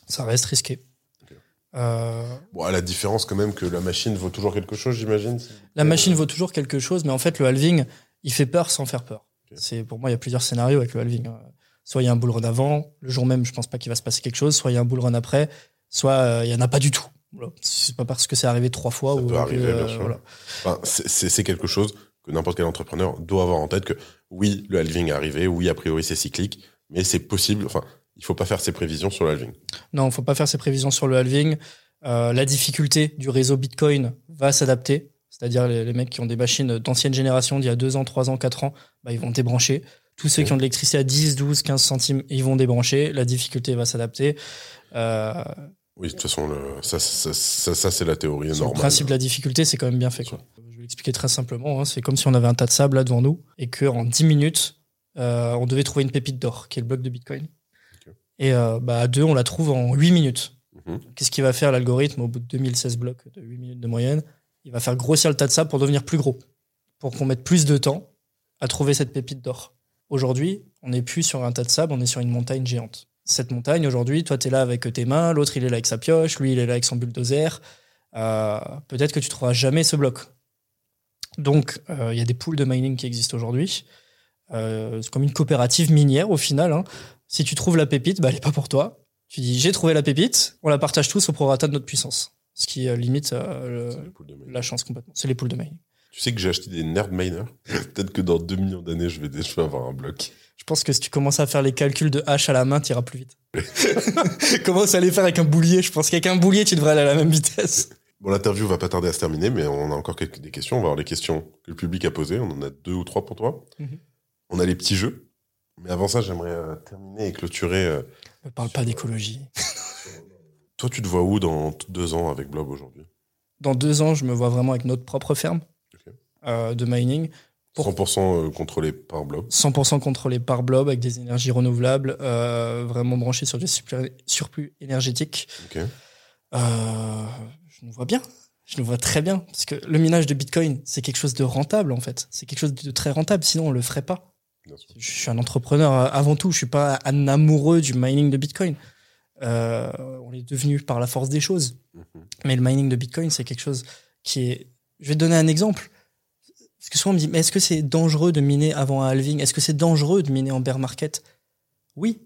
Ça reste risqué.
Ok.
Euh,
Bon, à la différence quand même que la machine vaut toujours quelque chose, j'imagine.
La machine vaut toujours quelque chose, mais en fait, le halving, il fait peur sans faire peur.
Ok.
C'est Pour moi, il y a plusieurs scénarios avec le halving. hein. Soit il y a un bull run avant, le jour même, je pense pas qu'il va se passer quelque chose, soit il y a un bull run après, soit euh, il y en a pas du tout. Voilà. C'est pas parce que c'est arrivé trois fois
Ça
ou
peut
que,
arriver, bien
euh,
sûr.
voilà.
Enfin, c'est- c'est c'est quelque chose que n'importe quel entrepreneur doit avoir en tête que oui, le halving est arrivé, oui, a priori c'est cyclique, mais c'est possible. Enfin, il faut pas faire ses prévisions sur le halving.
Non, faut pas faire ses prévisions sur le halving. Euh, la difficulté du réseau Bitcoin va s'adapter. C'est-à-dire les, les mecs qui ont des machines d'ancienne génération d'il y a 2 ans, 3 ans, 4 ans, bah, ils vont débrancher. Tous ceux
Ouais.
qui ont de l'électricité à 10, 12, 15 centimes, ils vont débrancher. La difficulté va s'adapter. Euh,
Oui, de toute façon, le- ça, ça, ça, ça, c'est la théorie
Sur
normale.
Le principe de la difficulté, c'est quand même bien fait. Quoi. Je vais l'expliquer très simplement. hein. C'est comme si on avait un tas de sable là devant nous et qu'en 10 minutes, euh, on devait trouver une pépite d'or, qui est le bloc de Bitcoin.
Ok.
Et euh, bah, à deux, on la trouve en 8 minutes.
Mhm.
Qu'est-ce qu'il va faire l'algorithme au bout de 2016 blocs de 8 minutes de moyenne Il va faire grossir le tas de sable pour devenir plus gros, pour qu'on mette plus de temps à trouver cette pépite d'or. Aujourd'hui, on n'est plus sur un tas de sable, on est sur une montagne géante. Cette montagne, aujourd'hui, toi, tu es là avec tes mains, l'autre, il est là avec sa pioche, lui, il est là avec son bulldozer. Euh, peut-être que tu trouveras jamais ce bloc. Donc, euh, il y a des pools de mining qui existent aujourd'hui. Euh, c'est comme une coopérative minière au final. hein. Si tu trouves la pépite, bah, elle n'est pas pour toi. Tu dis j'ai trouvé la pépite, on la partage tous au prorata de notre puissance. Ce qui euh, limite euh,
C'est les
le-
poules de Maine.
la chance complètement. C'est les pools de mining.
Tu sais que j'ai acheté des nerd miners. Peut-être que dans 2 millions d'années, je vais, dé- je vais avoir un bloc.
Je pense que si tu commences à faire les calculs de H à la main, tu iras plus vite. Commence à les faire avec un boulier. Je pense qu'avec un boulier, tu devrais aller à la même vitesse.
Bon, l'interview va pas tarder à se terminer, mais on a encore quelques, des questions. On va avoir les questions que le public a posées. On en a deux ou trois pour toi.
Mhm.
On a les petits jeux. Mais avant ça, j'aimerais euh, terminer et clôturer. euh,
Ne parle pas d'écologie.
Toi, tu te vois où dans t- deux ans avec Blob aujourd'hui
Dans deux ans, je me vois vraiment avec notre propre ferme
Ok.
euh, de mining. Pour-
100% euh, contrôlé par Blob.
100% contrôlé par Blob avec des énergies renouvelables, euh, vraiment branché sur des supplé- surplus énergétiques.
Ok.
Euh, je nous vois bien. Je nous vois très bien. Parce que le minage de Bitcoin, c'est quelque chose de rentable, en fait. C'est quelque chose de très rentable. Sinon, on le ferait pas.
Bien sûr.
Je suis un entrepreneur euh, avant tout. Je suis pas un amoureux du mining de Bitcoin. Euh, on est devenu par la force des choses.
Mhm.
Mais le mining de Bitcoin, c'est quelque chose qui est. Je vais te donner un exemple. Parce que souvent on me dit, mais est-ce que c'est dangereux de miner avant un halving Est-ce que c'est dangereux de miner en bear market Oui,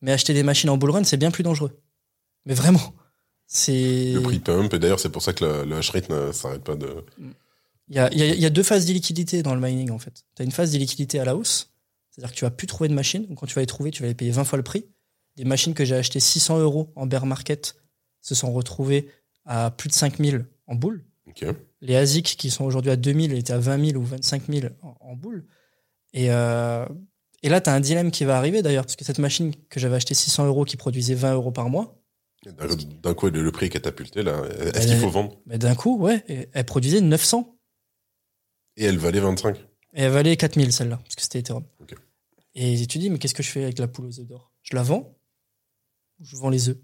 mais acheter des machines en bull run, c'est bien plus dangereux. Mais vraiment, c'est...
Le prix pump, et d'ailleurs, c'est pour ça que le, le hash rate ne s'arrête pas de.
Il y a, il y a- il y a deux phases d'illiquidité dans le mining, en fait. Tu as une phase d'illiquidité à la hausse, c'est-à-dire que tu vas plus trouver de machines. Donc, Quand tu vas les trouver, tu vas les payer 20 fois le prix. Des machines que j'ai achetées 600 euros en bear market se sont retrouvées à plus de 5000 en boule.
Ok.
Les ASIC qui sont aujourd'hui à 2000 étaient à 20 000 ou 25 000 en, en boule. Et, euh, et là, tu as un dilemme qui va arriver d'ailleurs, parce que cette machine que j'avais achetée 600 euros qui produisait 20 euros par mois,
D'un d'un coup, le, le prix est catapulté, là. Est-ce qu'il faut vendre
mais d'un coup, ouais, et- elle produisait 900
Et elle valait 25.
Et elle valait 4000 celle-là, parce que c'était Ethereum.
Ok.
Et tu dis, mais qu'est-ce que je fais avec la poule aux œufs d'or Je la vends ou je vends les œufs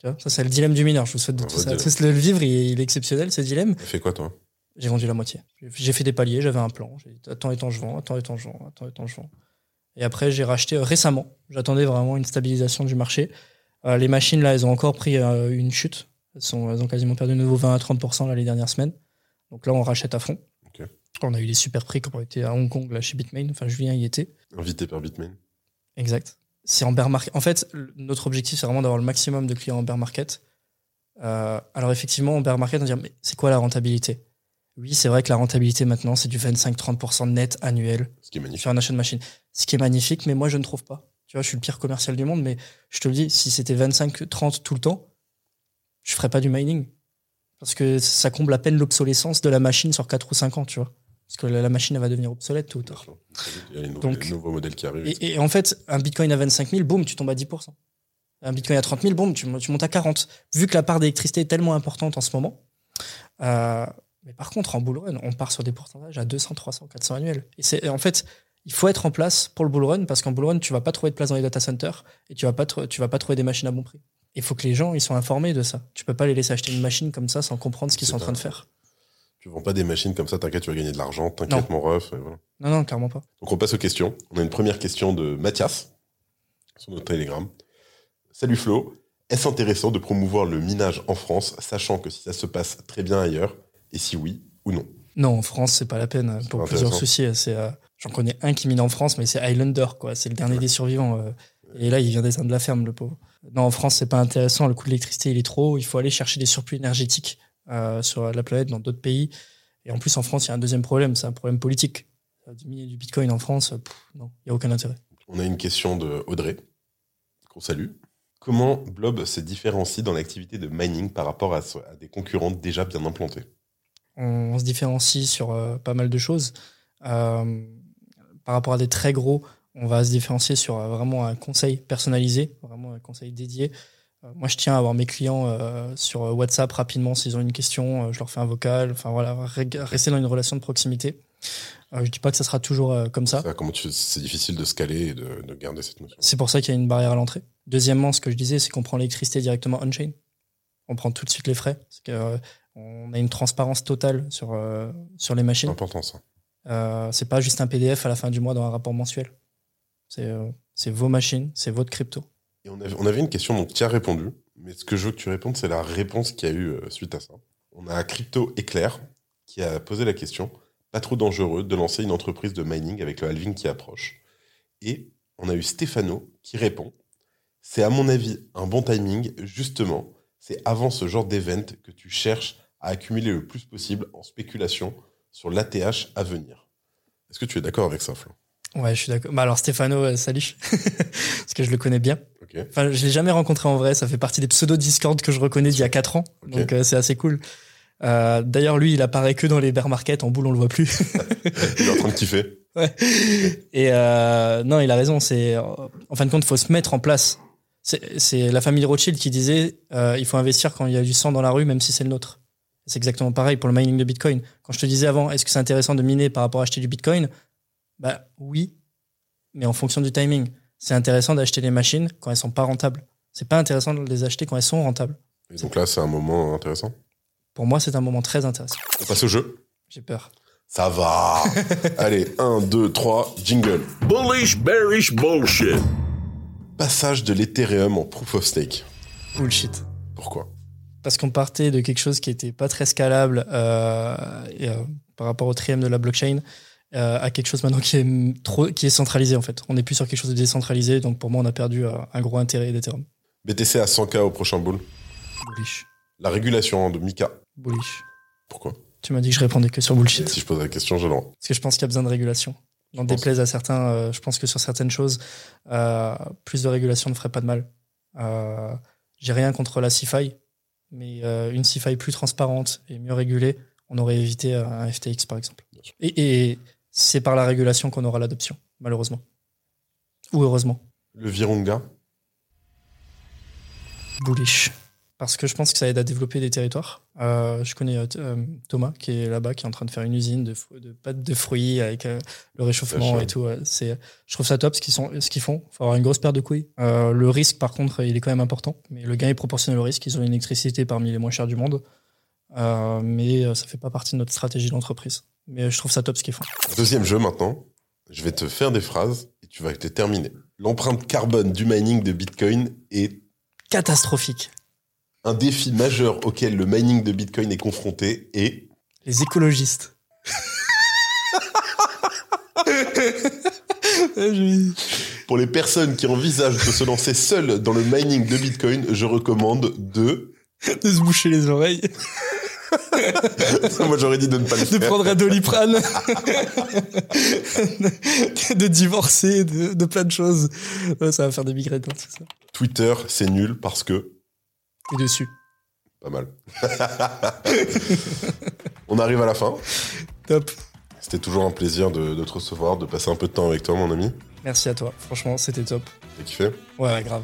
Tu vois, Ça, c'est le dilemme du mineur. Je vous souhaite de
Un
tous,
vrai
à
dilemme.
tous le vivre. Il, est- il est exceptionnel, ce dilemme.
Elle fait quoi, toi
J'ai vendu la moitié. J'ai- J'ai fait des paliers, j'avais un plan. J'ai dit, Attends et tant, je vends, attends et tant, je vends, attends et tant, je vends. Et après, j'ai racheté euh, récemment. J'attendais vraiment une stabilisation du marché. Euh, les machines, là, elles ont encore pris euh, une chute. Elles, sont, elles ont quasiment perdu de nouveau 20 à 30% là, les dernières semaines. Donc là, on rachète à fond.
Ok.
On a eu les super prix quand on était à Hong Kong, là, chez Bitmain. Enfin, Julien y était.
Invité par Bitmain.
Exact. C'est en bear market. En fait, le- notre objectif, c'est vraiment d'avoir le maximum de clients en bear market. Euh, alors, effectivement, en bear market, on va dire, mais c'est quoi la rentabilité Oui, c'est vrai que la rentabilité maintenant, c'est du 25-30% net annuel
Ce qui est magnifique.
sur un achat de machine. Ce qui est magnifique, mais moi, je ne trouve pas. Tu vois, je suis le pire commercial du monde, mais je te le dis, si c'était 25-30 tout le temps, je ferais pas du mining. Parce que ça comble à peine l'obsolescence de la machine sur 4 ou 5 ans, tu vois. Parce que la la machine, elle va devenir obsolète tôt ou tard.
Il y a les, nou-
Donc-
les nouveaux modèles qui arrivent.
Et, et en fait, un bitcoin à 25 000, boum, tu tombes à 10%. Un bitcoin à 30 000, boum, tu, mon- tu montes à 40. Vu que la part d'électricité est tellement importante en ce moment. euh, mais par contre, en bull run, on part sur des pourcentages à 200, 300, 400 annuels. Et c'est et en fait, il faut être en place pour le bull run parce qu'en bull run, tu vas pas trouver de place dans les data centers et tu vas pas, tr- tu vas pas trouver des machines à bon prix. Il faut que les gens ils soient informés de ça. Tu peux pas les laisser acheter une machine comme ça sans comprendre ce qu'ils
C'est
sont en train de
un-
faire.
Tu vends pas des machines comme ça, t'inquiète, tu vas gagner de l'argent, t'inquiète, mon ref. et voilà.
Non, non, clairement pas.
Donc on passe aux questions. On a une première question de Mathias sur notre Telegram. Salut Flo, est-ce intéressant de promouvoir le minage en France, sachant que si ça se passe très bien ailleurs, et si oui ou non
Non, en France, c'est pas la peine euh,
C'est
pour
pas
plusieurs
intéressant.
soucis. euh, C'est, euh, j'en connais un qui mine en France, mais c'est Highlander, quoi. C'est le dernier des survivants. euh, et là, il vient d'éteindre la ferme, le pauvre. Non, en France, c'est pas intéressant. Le coût de l'électricité, il est trop. haut. Il faut aller chercher des surplus énergétiques euh, sur la planète, dans d'autres pays. Et en plus, en France, il y a un deuxième problème. C'est un problème politique. Euh, Du miner du bitcoin en France, euh, pff, non, il n'y a aucun intérêt.
On a une question de Audrey, qu'on salue. Comment Blob se différencie dans l'activité de mining par rapport à, so- à des concurrents déjà bien implantés
on, on se différencie sur euh, pas mal de choses. Euh, par rapport à des très gros, on va se différencier sur euh, vraiment un conseil personnalisé, vraiment un conseil dédié. Euh, moi, je tiens à avoir mes clients euh, sur euh, WhatsApp rapidement s'ils ont une question, euh, je leur fais un vocal. Enfin voilà, reg- rester dans une relation de proximité. Euh, je dis pas que ça sera toujours euh, comme ça.
Ça, comment tu- C'est difficile de scaler et de, de garder cette notion.
C'est pour ça qu'il y a une barrière à l'entrée. Deuxièmement, ce que je disais, c'est qu'on prend l'électricité directement on-chain. On prend tout de suite les frais. Parce que, euh, on a une transparence totale sur, euh, sur les
C'est
machines.
important ça.
Euh, c'est pas juste un PDF à la fin du mois dans un rapport mensuel. C'est euh, c'est vos machines, c'est votre crypto.
Et on, avait, on avait une question donc, qui a répondu, mais ce que je veux que tu répondes, c'est la réponse qu'il y a eu euh, suite à ça. On a Crypto Éclair qui a posé la question pas trop dangereux de lancer une entreprise de mining avec le halving qui approche. Et on a eu Stéphano qui répond c'est à mon avis un bon timing, justement. C'est avant ce genre d'event que tu cherches à accumuler le plus possible en spéculation sur l'ATH à venir. Est-ce que tu es d'accord avec ça, Flo
Ouais, je suis d'accord. Bah alors Stéphano, euh, salut, parce que je le connais bien.
Ok.
Enfin, je l'ai jamais rencontré en vrai. Ça fait partie des pseudo Discord que je reconnais d'il y a 4 ans.
Ok.
Donc euh, c'est assez cool. Euh, D'ailleurs, lui, il apparaît que dans les bear markets. En boule, on le voit plus.
Il est en train de kiffer.
Ouais. Et euh, non, il a raison. C'est en fin de compte, faut se mettre en place. C'est c'est la famille Rothschild qui disait euh, il faut investir quand il y a du sang dans la rue, même si c'est le nôtre. C'est exactement pareil pour le mining de Bitcoin. Quand je te disais avant, est-ce que c'est intéressant de miner par rapport à acheter du Bitcoin Bah oui, mais en fonction du timing. C'est intéressant d'acheter les machines quand elles sont pas rentables. C'est pas intéressant de les acheter quand elles sont rentables.
Et donc là, c'est un moment intéressant.
Pour moi, c'est un moment très intéressant.
On passe au jeu.
J'ai peur.
Ça va. Allez, 1, 2, 3, jingle.
Bullish, bearish, bullshit.
Passage de l'Ethereum en Proof of Stake.
Bullshit.
Pourquoi
parce qu'on partait de quelque chose qui était pas très scalable euh, et, euh, par rapport au trième de la blockchain euh, à quelque chose maintenant qui est mm, trop, qui est centralisé en fait. On n'est plus sur quelque chose de décentralisé, donc pour moi on a perdu euh, un gros intérêt d'Ethereum.
BTC à 100K au prochain bull.
Bullish,
La régulation de Mika.
bullish.
Pourquoi
Tu m'as dit que je répondais que sur bullshit.
Si je pose la question, j'ai le droit.
Parce que je pense qu'il y a besoin de régulation. N'en
pense.
déplaise à certains, euh, je pense que sur certaines choses, euh, plus de régulation ne ferait pas de mal. Euh, J'ai rien contre la CFI, mais euh, une CFI plus transparente et mieux régulée, on aurait évité euh, un FTX par exemple.
Bien sûr.
Et, et c'est par la régulation qu'on aura l'adoption, malheureusement. Ou heureusement.
Le Virunga.
Bullish. Parce que je pense que ça aide à développer des territoires. Euh, je connais euh, t- euh, Thomas qui est là-bas, qui est en train de faire une usine de, fru- de pâtes de fruits avec euh, le réchauffement
Sachant.
et tout. ouais. C'est, je trouve ça top ce qu'ils, sont, ce qu'ils font. faut avoir une grosse paire de couilles. Euh, le risque, par contre, il est quand même important. Mais le gain est proportionnel au risque. Ils ont une électricité parmi les moins chères du monde. Euh, mais euh, ça fait pas partie de notre stratégie d'entreprise. Mais euh, je trouve ça top ce qu'ils font.
Deuxième jeu maintenant. Je vais te faire des phrases et tu vas les terminer. L'empreinte carbone du mining de Bitcoin est
Catastrophique.
un défi majeur auquel le mining de Bitcoin est confronté et
Les écologistes. Je-
pour les personnes qui envisagent de se lancer seules dans le mining de Bitcoin, je recommande de...
de se boucher les oreilles,
Moi j'aurais dit de ne pas le
de
faire.
prendre un doliprane, de, de divorcer, de, de plein de choses. Ouais, ça va faire des migraines, hein, tout ça.
Twitter, c'est nul parce que...
T'es dessus.
Pas mal. On arrive à la fin.
Top.
C'était toujours un plaisir de, de te recevoir, de passer un peu de temps avec toi mon ami.
Merci à toi. Franchement, c'était top.
T'as kiffé
Ouais, ouais, grave.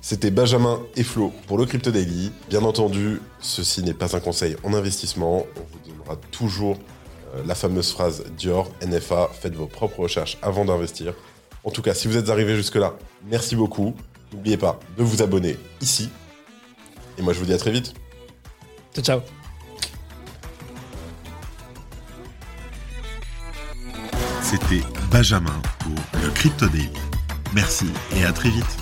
C'était Benjamin et Flo pour le Crypto Daily. Bien entendu, ceci n'est pas un conseil en investissement. On vous donnera toujours euh, la fameuse phrase Dior, NFA, faites vos propres recherches avant d'investir. En tout cas, si vous êtes arrivé jusque-là, merci beaucoup. N'oubliez pas de vous abonner ici. Et moi, je vous dis à très vite.
Ciao, ciao.
C'était Benjamin pour le Crypto Daily. Merci et à très vite.